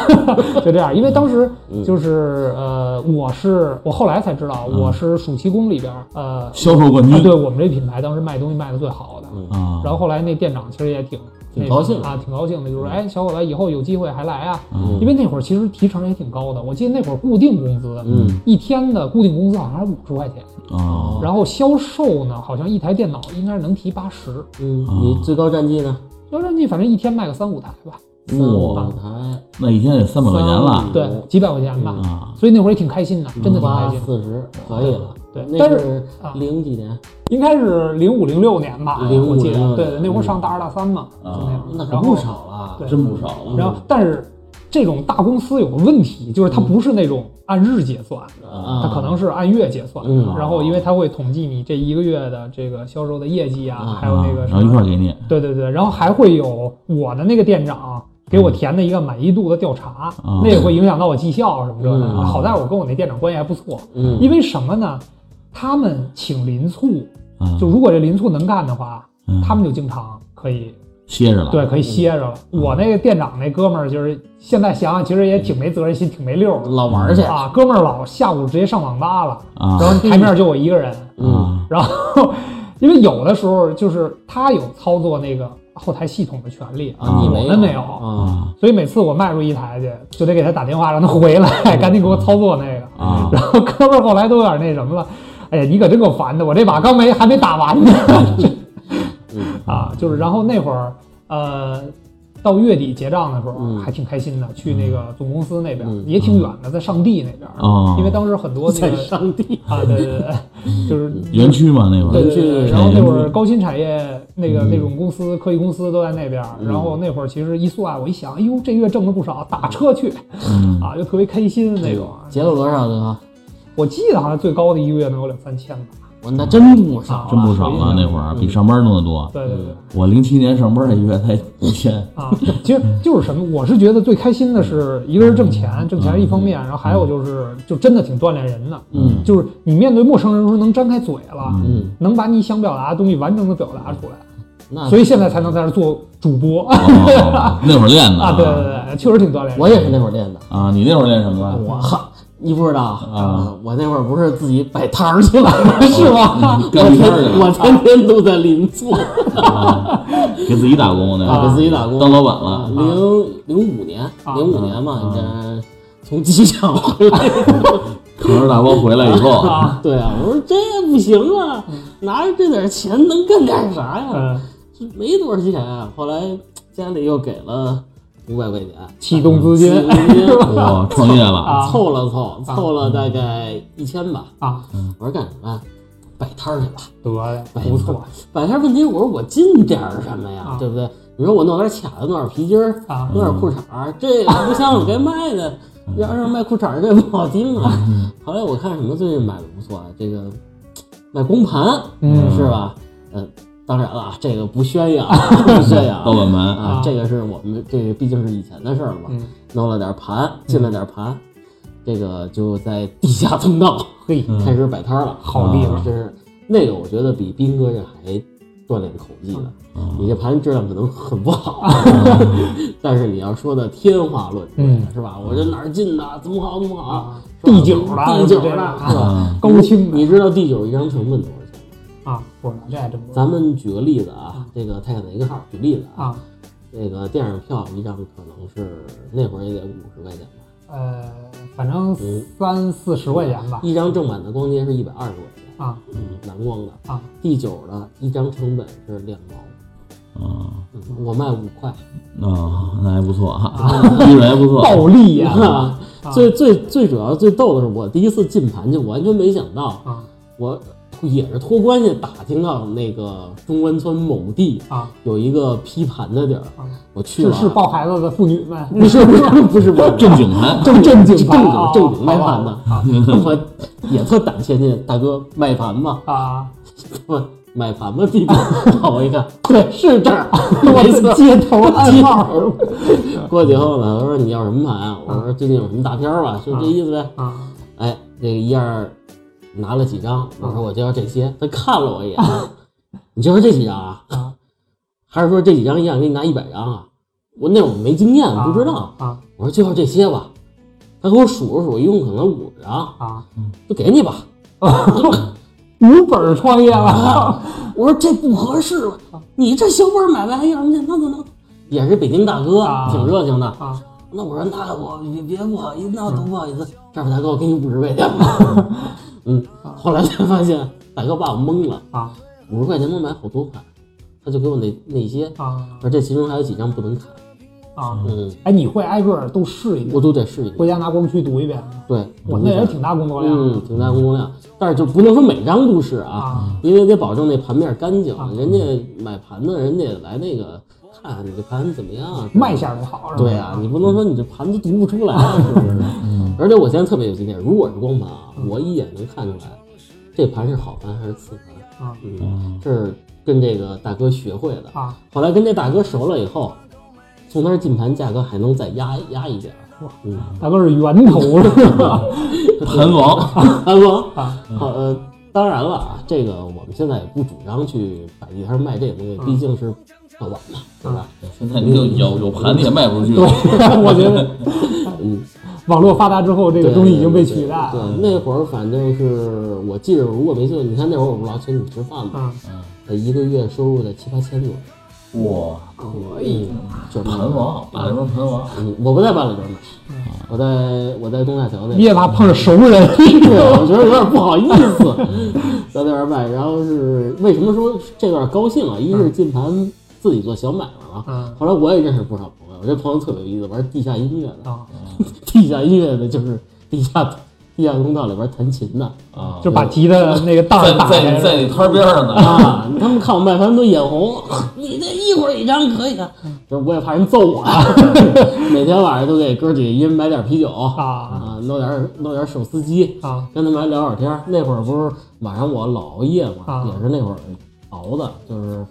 Speaker 2: 就这样。因为当时就是呃，我是我后来才知道，我是暑期工里边儿呃，
Speaker 3: 销售冠
Speaker 2: 啊
Speaker 3: 军
Speaker 2: 对我们这品牌当时卖东西卖的最好的。
Speaker 1: 嗯
Speaker 3: 啊，
Speaker 2: 然后后来那店长其实也挺
Speaker 1: 挺高兴
Speaker 2: 那个啊，挺高兴的，就是哎，小伙子，以后有机会还来啊。
Speaker 3: 嗯
Speaker 2: 因为那会儿其实提成也挺高的，我记得那会儿固定工资，
Speaker 1: 嗯，
Speaker 2: 一天的固定工资好像是五十块钱，
Speaker 3: 啊，
Speaker 2: 然后销售呢，好像一台电脑应该是能提八十，
Speaker 1: 嗯，你最高战绩呢？
Speaker 2: 销售你反正一天卖个三五台吧，
Speaker 1: 三五台，
Speaker 3: 那一天得三百块钱了
Speaker 2: 对，几百块钱吧。
Speaker 3: 啊，
Speaker 2: 所以那会儿也挺开心的，真的挺开
Speaker 1: 八
Speaker 2: 心的。
Speaker 1: 四十可以了，
Speaker 2: 嗯对
Speaker 1: 那
Speaker 2: 但是
Speaker 1: 是
Speaker 2: 啊
Speaker 1: 零几年，
Speaker 2: 应该是零五零六年吧，
Speaker 1: 05
Speaker 2: 我记
Speaker 1: 06
Speaker 2: 得，
Speaker 1: 年
Speaker 2: 对对，那会儿上大二大三嘛，就
Speaker 3: 啊
Speaker 2: 那样。
Speaker 1: 哦那可
Speaker 2: 哎然
Speaker 1: 不
Speaker 2: 后，
Speaker 1: 少了，
Speaker 2: 对
Speaker 3: 真不少了
Speaker 2: 然后但是这种大公司有个问题，就是
Speaker 3: 嗯
Speaker 2: 它不是那种按日结算，
Speaker 3: 啊，
Speaker 1: 啊，
Speaker 2: 它可能是按月结算。
Speaker 1: 嗯
Speaker 2: 然后因为它会统计你这一个月的这个销售的业绩啊
Speaker 1: 啊，
Speaker 2: 还有那个什
Speaker 3: 然后一块儿
Speaker 2: 么，
Speaker 3: 给你
Speaker 2: 对对对，然后还会有我的那个店长。给我填的一个满意度的调查，
Speaker 3: 嗯
Speaker 2: 那也会影响到我绩效什么之类的。
Speaker 1: 嗯
Speaker 2: 好在我跟我那店长关系还不错，
Speaker 1: 嗯，
Speaker 2: 因为什么呢？他们请邻促，
Speaker 3: 啊，
Speaker 2: 就如果这邻促能干的话，
Speaker 3: 嗯
Speaker 2: 他们就经常可以
Speaker 3: 歇着了，
Speaker 2: 对可以歇着了。我那个店长那哥们儿就是现在想想，其实也挺没责任心，挺没溜儿
Speaker 1: 老玩儿去，
Speaker 2: 的啊。哥们儿老下午直接上网吧了，
Speaker 3: 啊
Speaker 2: 然后台面就我一个人，
Speaker 1: 嗯
Speaker 3: 啊，
Speaker 2: 然后因为有的时候就是他有操作那个后台系统的权利，
Speaker 1: 啊，你没
Speaker 2: 我们没有
Speaker 1: 啊，
Speaker 3: 啊
Speaker 2: 所以每次我卖出一台去，就得给他打电话让他回来， 赶紧给我操作那个。
Speaker 3: 啊
Speaker 2: 然后 哥们儿后来都有点那什么了，哎呀，你可真够烦的，我这把刚没还没打完呢。
Speaker 1: 嗯
Speaker 2: 啊，就是然后那会儿，呃，到月底结账的时候、
Speaker 1: 嗯
Speaker 2: 还挺开心的，去那个总公司那边、
Speaker 1: 嗯哦
Speaker 2: 也挺远的，在上地那边，
Speaker 3: 啊，
Speaker 2: 因为当时很多那
Speaker 1: 在
Speaker 2: 个
Speaker 1: 上帝，
Speaker 2: 啊，对对对，就是。
Speaker 3: 园区嘛那会
Speaker 2: 对
Speaker 3: 儿，
Speaker 2: 对对，
Speaker 1: 去
Speaker 2: 然后那会儿
Speaker 3: 嗯
Speaker 2: 高新产业那
Speaker 1: 嗯
Speaker 2: 个那种公司、科技公司都在那边，然后那会儿其实一算，我一想，哎呦，这月挣了不少，打车去
Speaker 3: 嗯
Speaker 2: 啊，就特别开心那种。
Speaker 1: 结了多少的啊？
Speaker 2: 我记得好像最高的一个月能有两三千吧，
Speaker 1: 那真不少啊，嗯
Speaker 3: 真不少了。那会儿比上班弄得多。
Speaker 2: 对对嗯对。
Speaker 3: 我零七年上班儿一月才一 千，
Speaker 2: 啊，其实就是什么，我是觉得最开心的是一个是挣钱，挣钱是一方面，然后还有就是就真的挺锻炼人的，
Speaker 1: 嗯
Speaker 2: 就是你面对陌生人的时候能张开嘴了，
Speaker 3: 嗯
Speaker 1: 嗯，
Speaker 2: 能把你想表达的东西完整的表达出来，
Speaker 1: 那
Speaker 2: 所以现在才能在这做主播 啊，
Speaker 3: 哦那会儿练的
Speaker 2: 对对对，确实挺锻炼人。
Speaker 1: 啊我也是那会儿练的。
Speaker 3: 啊！你那会儿练什么了？
Speaker 1: 我哈，你不知道
Speaker 3: 啊？
Speaker 1: 我那会儿不是自己摆摊儿去了，是 吗？我
Speaker 3: 干摊儿去
Speaker 1: 天，
Speaker 3: 了
Speaker 1: 我天天都在邻座，
Speaker 3: 给自己打工呢，
Speaker 1: 啊给自己打工
Speaker 3: 当老板了。
Speaker 1: 啊零零五年，
Speaker 2: 啊
Speaker 1: 零五年嘛，你这从机场 回来，
Speaker 3: 扛着大包回来以后，
Speaker 2: 啊，
Speaker 1: 对啊，我说这不行啊，拿着这点钱能干点啥呀？
Speaker 2: 嗯，
Speaker 1: 这没多少钱啊。后来家里又给了五百块钱，
Speaker 2: 启动资
Speaker 1: 自己
Speaker 2: 金
Speaker 3: 我创业了，
Speaker 2: 啊
Speaker 1: 凑了凑，
Speaker 2: 啊
Speaker 1: 凑了大概一千吧。
Speaker 2: 啊，
Speaker 1: 我说干什么呀？摆摊儿去吧。
Speaker 2: 得嘞，不错
Speaker 1: 摆摊儿问题，我说我进点儿什么呀，
Speaker 2: 啊
Speaker 1: 对不对？你说我弄点卡子，弄点皮筋儿，
Speaker 2: 啊
Speaker 1: 弄点裤衩儿，这个不像我该卖的。
Speaker 2: 嗯
Speaker 1: 要是卖裤衩儿，这不好听啊。 后来我看什么最近买的不错啊，这个卖光盘，
Speaker 2: 嗯
Speaker 1: 是吧？嗯，当然了啊，这个不宣 扬，不宣扬
Speaker 3: 老
Speaker 1: 啊
Speaker 3: 板们，
Speaker 1: 啊
Speaker 2: 啊，
Speaker 1: 这个是我们这个毕竟是以前的事儿了嘛。
Speaker 2: 嗯
Speaker 1: 弄了点盘，进了点盘，这个就在地下通道
Speaker 2: 嘿，
Speaker 1: 开始摆摊儿了。
Speaker 2: 嗯好地方
Speaker 1: 真是那个，我觉得比斌哥这还锻炼口技
Speaker 2: 嗯
Speaker 1: 呢。你这盘质量可能很不好， 但是你要说的天花乱坠
Speaker 2: 嗯
Speaker 1: 是吧？我这哪儿进的，怎么好怎么好，是吧
Speaker 2: 第九了，
Speaker 1: 第九
Speaker 2: 这
Speaker 1: 啊了，是吧？
Speaker 3: 嗯，
Speaker 2: 啊高清的
Speaker 1: 你知道第九一张成本多少钱吗？
Speaker 2: 啊，不知道这还真不知道
Speaker 1: 咱们举个例子啊，这个泰坦尼克号，举例子啊，
Speaker 2: 啊，
Speaker 1: 那个电影票一张可能是那会儿也得五十块钱吧。
Speaker 2: 呃，反正三四十块钱吧，
Speaker 1: 一张正版的光碟是一百二十块钱，
Speaker 2: 啊
Speaker 1: 啊嗯，蓝光的
Speaker 2: 啊，
Speaker 1: 第九的一张成本是两毛，
Speaker 3: 啊
Speaker 1: 嗯我卖五块，
Speaker 3: 啊，那还不错哈，利润还不错，
Speaker 2: 暴利呀，
Speaker 1: 啊，最最最主要最逗的是，我第一次进盘就完全没想到，
Speaker 2: 啊
Speaker 1: 我也是托关系打听到那个中关村某地
Speaker 2: 啊
Speaker 1: 有一个批盘的地儿，
Speaker 2: 啊！
Speaker 1: 我去
Speaker 2: 是
Speaker 1: 了，
Speaker 2: 是抱孩子的妇女 们，
Speaker 1: 不是不是不是不是
Speaker 3: 正经盘，
Speaker 2: 正正经
Speaker 1: 正
Speaker 2: 盘
Speaker 1: 经
Speaker 2: 啊
Speaker 1: 正经卖
Speaker 2: 好吧
Speaker 1: 盘的， 我也特胆怯，那大哥卖盘吗？
Speaker 2: 啊，
Speaker 1: 我买盘吧，弟弟。 我一看，对，是这 儿，没
Speaker 2: 我
Speaker 1: 错。
Speaker 2: 街头暗 号
Speaker 1: 过去以后呢，他说你要什么盘啊？我说最近有什么大片儿吧，就这意思呗。
Speaker 2: 啊
Speaker 1: 哎，这个一样拿了几张，我说我就要这些。他看了我一眼， 你就要这几张啊？
Speaker 2: 啊
Speaker 1: 还是说这几张一样给你拿一百张啊？我那会儿没经验，
Speaker 2: 啊
Speaker 1: 不知道。
Speaker 2: 啊
Speaker 1: 我说就要这些吧。他给我数了数，一共可能五十张，
Speaker 2: 啊，
Speaker 1: 就给你吧。
Speaker 2: 无本儿创业了，
Speaker 1: 我说这不合适了，你这小本买卖还要什么钱？那那那，也是北京大哥，
Speaker 2: 啊
Speaker 1: 挺热情的。
Speaker 2: 啊
Speaker 1: 那我说那我别别不好意思，那我多不好意思，嗯这样吧，大哥，我给你五十块钱 吧。嗯，后来才发现大哥把我蒙了，
Speaker 2: 啊
Speaker 1: 五十块钱能买好多款，他就给我那那些，
Speaker 2: 啊
Speaker 1: 而这其中还有几张不能砍，
Speaker 2: 啊！
Speaker 1: 嗯，
Speaker 2: 哎，你会挨个儿都试一
Speaker 1: 我
Speaker 2: 遍，
Speaker 1: 都得试一遍。
Speaker 2: 回家拿光驱读一遍吗？
Speaker 1: 对，
Speaker 2: 我那也挺大工作量
Speaker 1: 嗯，挺大工作量，但是就不能说每张都是啊，
Speaker 2: 啊
Speaker 1: 因为得保证那盘面干净，啊人家买盘子，人家也来那个看看你这盘怎么样啊，是吧
Speaker 2: 卖相就好是吧？
Speaker 1: 对啊，你不能说你这盘子读不出来，是不是？而且我现在特别有经验，如果是光盘啊，我一眼能看出来这盘是好盘还是次盘。
Speaker 2: 啊
Speaker 1: 嗯，这是跟这个大哥学会的。
Speaker 2: 啊，
Speaker 1: 后来跟这大哥熟了以后，从那儿进盘价格还能再压压一点儿。 嗯，
Speaker 2: 大哥是源头是吧？
Speaker 3: 盘王，
Speaker 1: 大哥，
Speaker 2: 啊
Speaker 1: 好呃，当然了啊，这个我们现在也不主张去摆地摊卖这个东
Speaker 2: 嗯
Speaker 1: 西，毕竟是盗版嘛，对吧？
Speaker 3: 现在你就有有盘你也卖不出去了，
Speaker 2: 我觉得
Speaker 1: 嗯，
Speaker 2: 网络发达之后，这
Speaker 1: 对
Speaker 2: 个东西已经被取代
Speaker 1: 对，
Speaker 2: 了。
Speaker 1: 那会儿反正是我记着，如果没记错，你看那会儿我不老请你吃饭嘛，
Speaker 2: 啊，
Speaker 1: 呃一个月收入在七八千左右。
Speaker 3: 哇，
Speaker 1: 可以，就是
Speaker 3: 盘王，把这边盘王，
Speaker 1: 嗯我不在八里庄买，
Speaker 2: 嗯
Speaker 1: 我在我在东大桥那
Speaker 2: 你
Speaker 1: 边。
Speaker 2: 也怕碰上熟人，
Speaker 1: 对， 我觉得有点不好意思，在那边卖。然后是为什么说这段高兴啊？一是进盘自己做小买卖嘛，
Speaker 2: 嗯
Speaker 1: 后来我也认识不少
Speaker 2: 哦
Speaker 1: 啊朋友，我这朋友特别有意思，玩地下音乐的，
Speaker 2: 啊
Speaker 1: 地下音乐的就是地下地下通道里边弹琴的
Speaker 3: 啊，
Speaker 2: 就把吉的那个袋儿
Speaker 3: 在
Speaker 2: 打开
Speaker 3: 在在
Speaker 2: 了。
Speaker 3: 你摊边上呢，
Speaker 1: 啊，他们看我卖盘都眼红，你这一会儿一张可以的，就是我也怕人揍我 呀，每天晚上都给哥几个一人买点啤酒
Speaker 2: 啊
Speaker 1: 啊，弄点弄点手撕鸡
Speaker 2: 啊，
Speaker 1: 跟他们还聊会儿天儿。那会儿不是晚上我老熬夜嘛，
Speaker 2: 啊
Speaker 1: 也是那会儿熬的，就是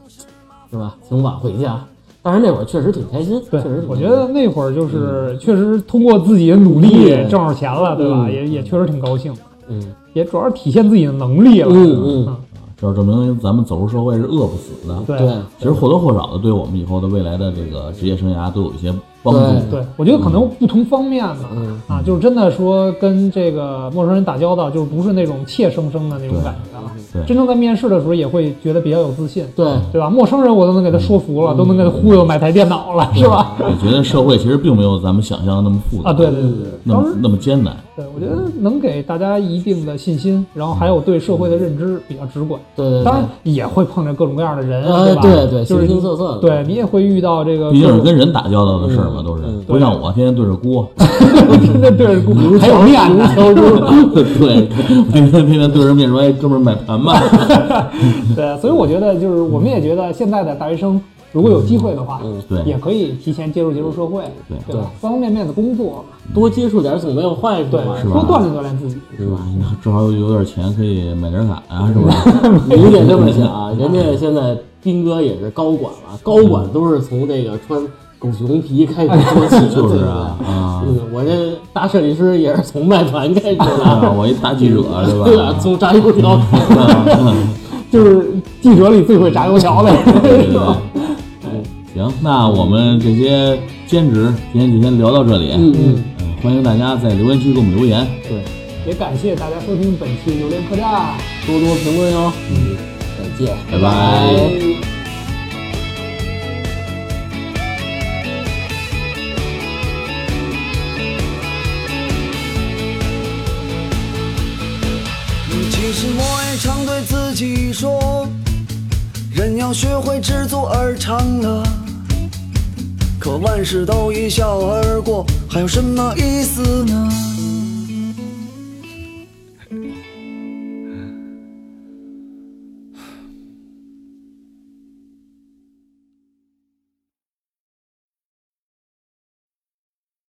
Speaker 1: 是吧？挺晚回家，但是那会儿确实挺开心，
Speaker 2: 对
Speaker 1: 确实，挺
Speaker 2: 我
Speaker 1: 开
Speaker 2: 觉
Speaker 1: 心
Speaker 2: 得那会儿就是确实通过自己的努力
Speaker 1: 嗯
Speaker 2: 挣着钱了，对吧？
Speaker 1: 嗯
Speaker 2: 也也确实挺高兴，
Speaker 1: 嗯
Speaker 2: 也主要是体现自己的能力了。
Speaker 1: 嗯嗯，
Speaker 2: 嗯，
Speaker 3: 这证明咱们走入社会是饿不死的。
Speaker 2: 对啊
Speaker 1: 对。
Speaker 3: 其实或多或少的对我们以后的未来的这个职业生涯都有一些帮
Speaker 1: 对
Speaker 3: 助。
Speaker 2: 对，我觉得可能不同方面吧，
Speaker 1: 嗯
Speaker 2: 啊，就是真的说跟这个陌生人打交道，就是不是那种怯生生的那种感觉啊。
Speaker 3: 对
Speaker 2: 真正在面试的时候，也会觉得比较有自信，
Speaker 1: 对，
Speaker 2: 对吧？陌生人我都能给他说服了，都能给他忽悠买台电脑了，是吧？
Speaker 3: 我觉得社会其实并没有咱们想象的那么复杂，
Speaker 2: 啊，对对对对，
Speaker 3: 那
Speaker 2: 当
Speaker 3: 么
Speaker 2: 时
Speaker 3: 那么艰难。
Speaker 2: 对我觉得能给大家一定的信心，然后还有对社会的认知比较直观。
Speaker 1: 对对对
Speaker 2: 当然也会碰着各种各样的人，
Speaker 1: 呃
Speaker 2: 吧？
Speaker 1: 嗯对对
Speaker 2: 就是
Speaker 1: 形形色色的
Speaker 2: 对你也会遇到这个
Speaker 3: 毕
Speaker 2: 各
Speaker 3: 竟
Speaker 2: 种，
Speaker 3: 是跟人打交道的事儿嘛，
Speaker 1: 嗯
Speaker 3: 都是
Speaker 1: 嗯
Speaker 3: 不像我天天对着锅，
Speaker 2: 对 对，还有面呢，
Speaker 3: 对，天天天天对着面说，哎，哥们儿买盘吧。
Speaker 2: 对，所以我觉得就是我们也觉得现在的大学生如果有机会的话，
Speaker 3: 对
Speaker 2: 也可以提前接触接触社会，
Speaker 3: 对
Speaker 2: 对吧？方方面面的工作，
Speaker 1: 多接触点总没有坏处
Speaker 2: 对，
Speaker 1: 嘛，
Speaker 2: 多锻炼锻炼自己。
Speaker 3: 是吧？那正好有点钱可以买点卡啊，是吧？
Speaker 1: 你得这么想啊，人家现在斌哥也是高管了，高管都是从这个穿狗熊皮开始做起的，
Speaker 3: 就是啊啊
Speaker 1: 对不对。嗯，我这大设计师也是从卖团开始
Speaker 3: 啊
Speaker 1: 的，
Speaker 3: 我一大记者是
Speaker 1: 对啊吧？
Speaker 3: 吧？
Speaker 1: 从炸油条开始的，
Speaker 2: 就是记者里最会炸油条的，
Speaker 3: 对对对。行，那我们这些兼职今天就先聊到这里。
Speaker 1: 嗯嗯，
Speaker 3: 嗯，欢迎大家在留言区给我们留言。
Speaker 1: 对，
Speaker 2: 也感谢大家收听本期榴莲客栈。
Speaker 1: 多多评论哟，嗯，再见。
Speaker 3: 拜拜
Speaker 4: 其实我也常对自己说，人要学会知足而常乐。可万事都一笑而过，还有什么意思呢？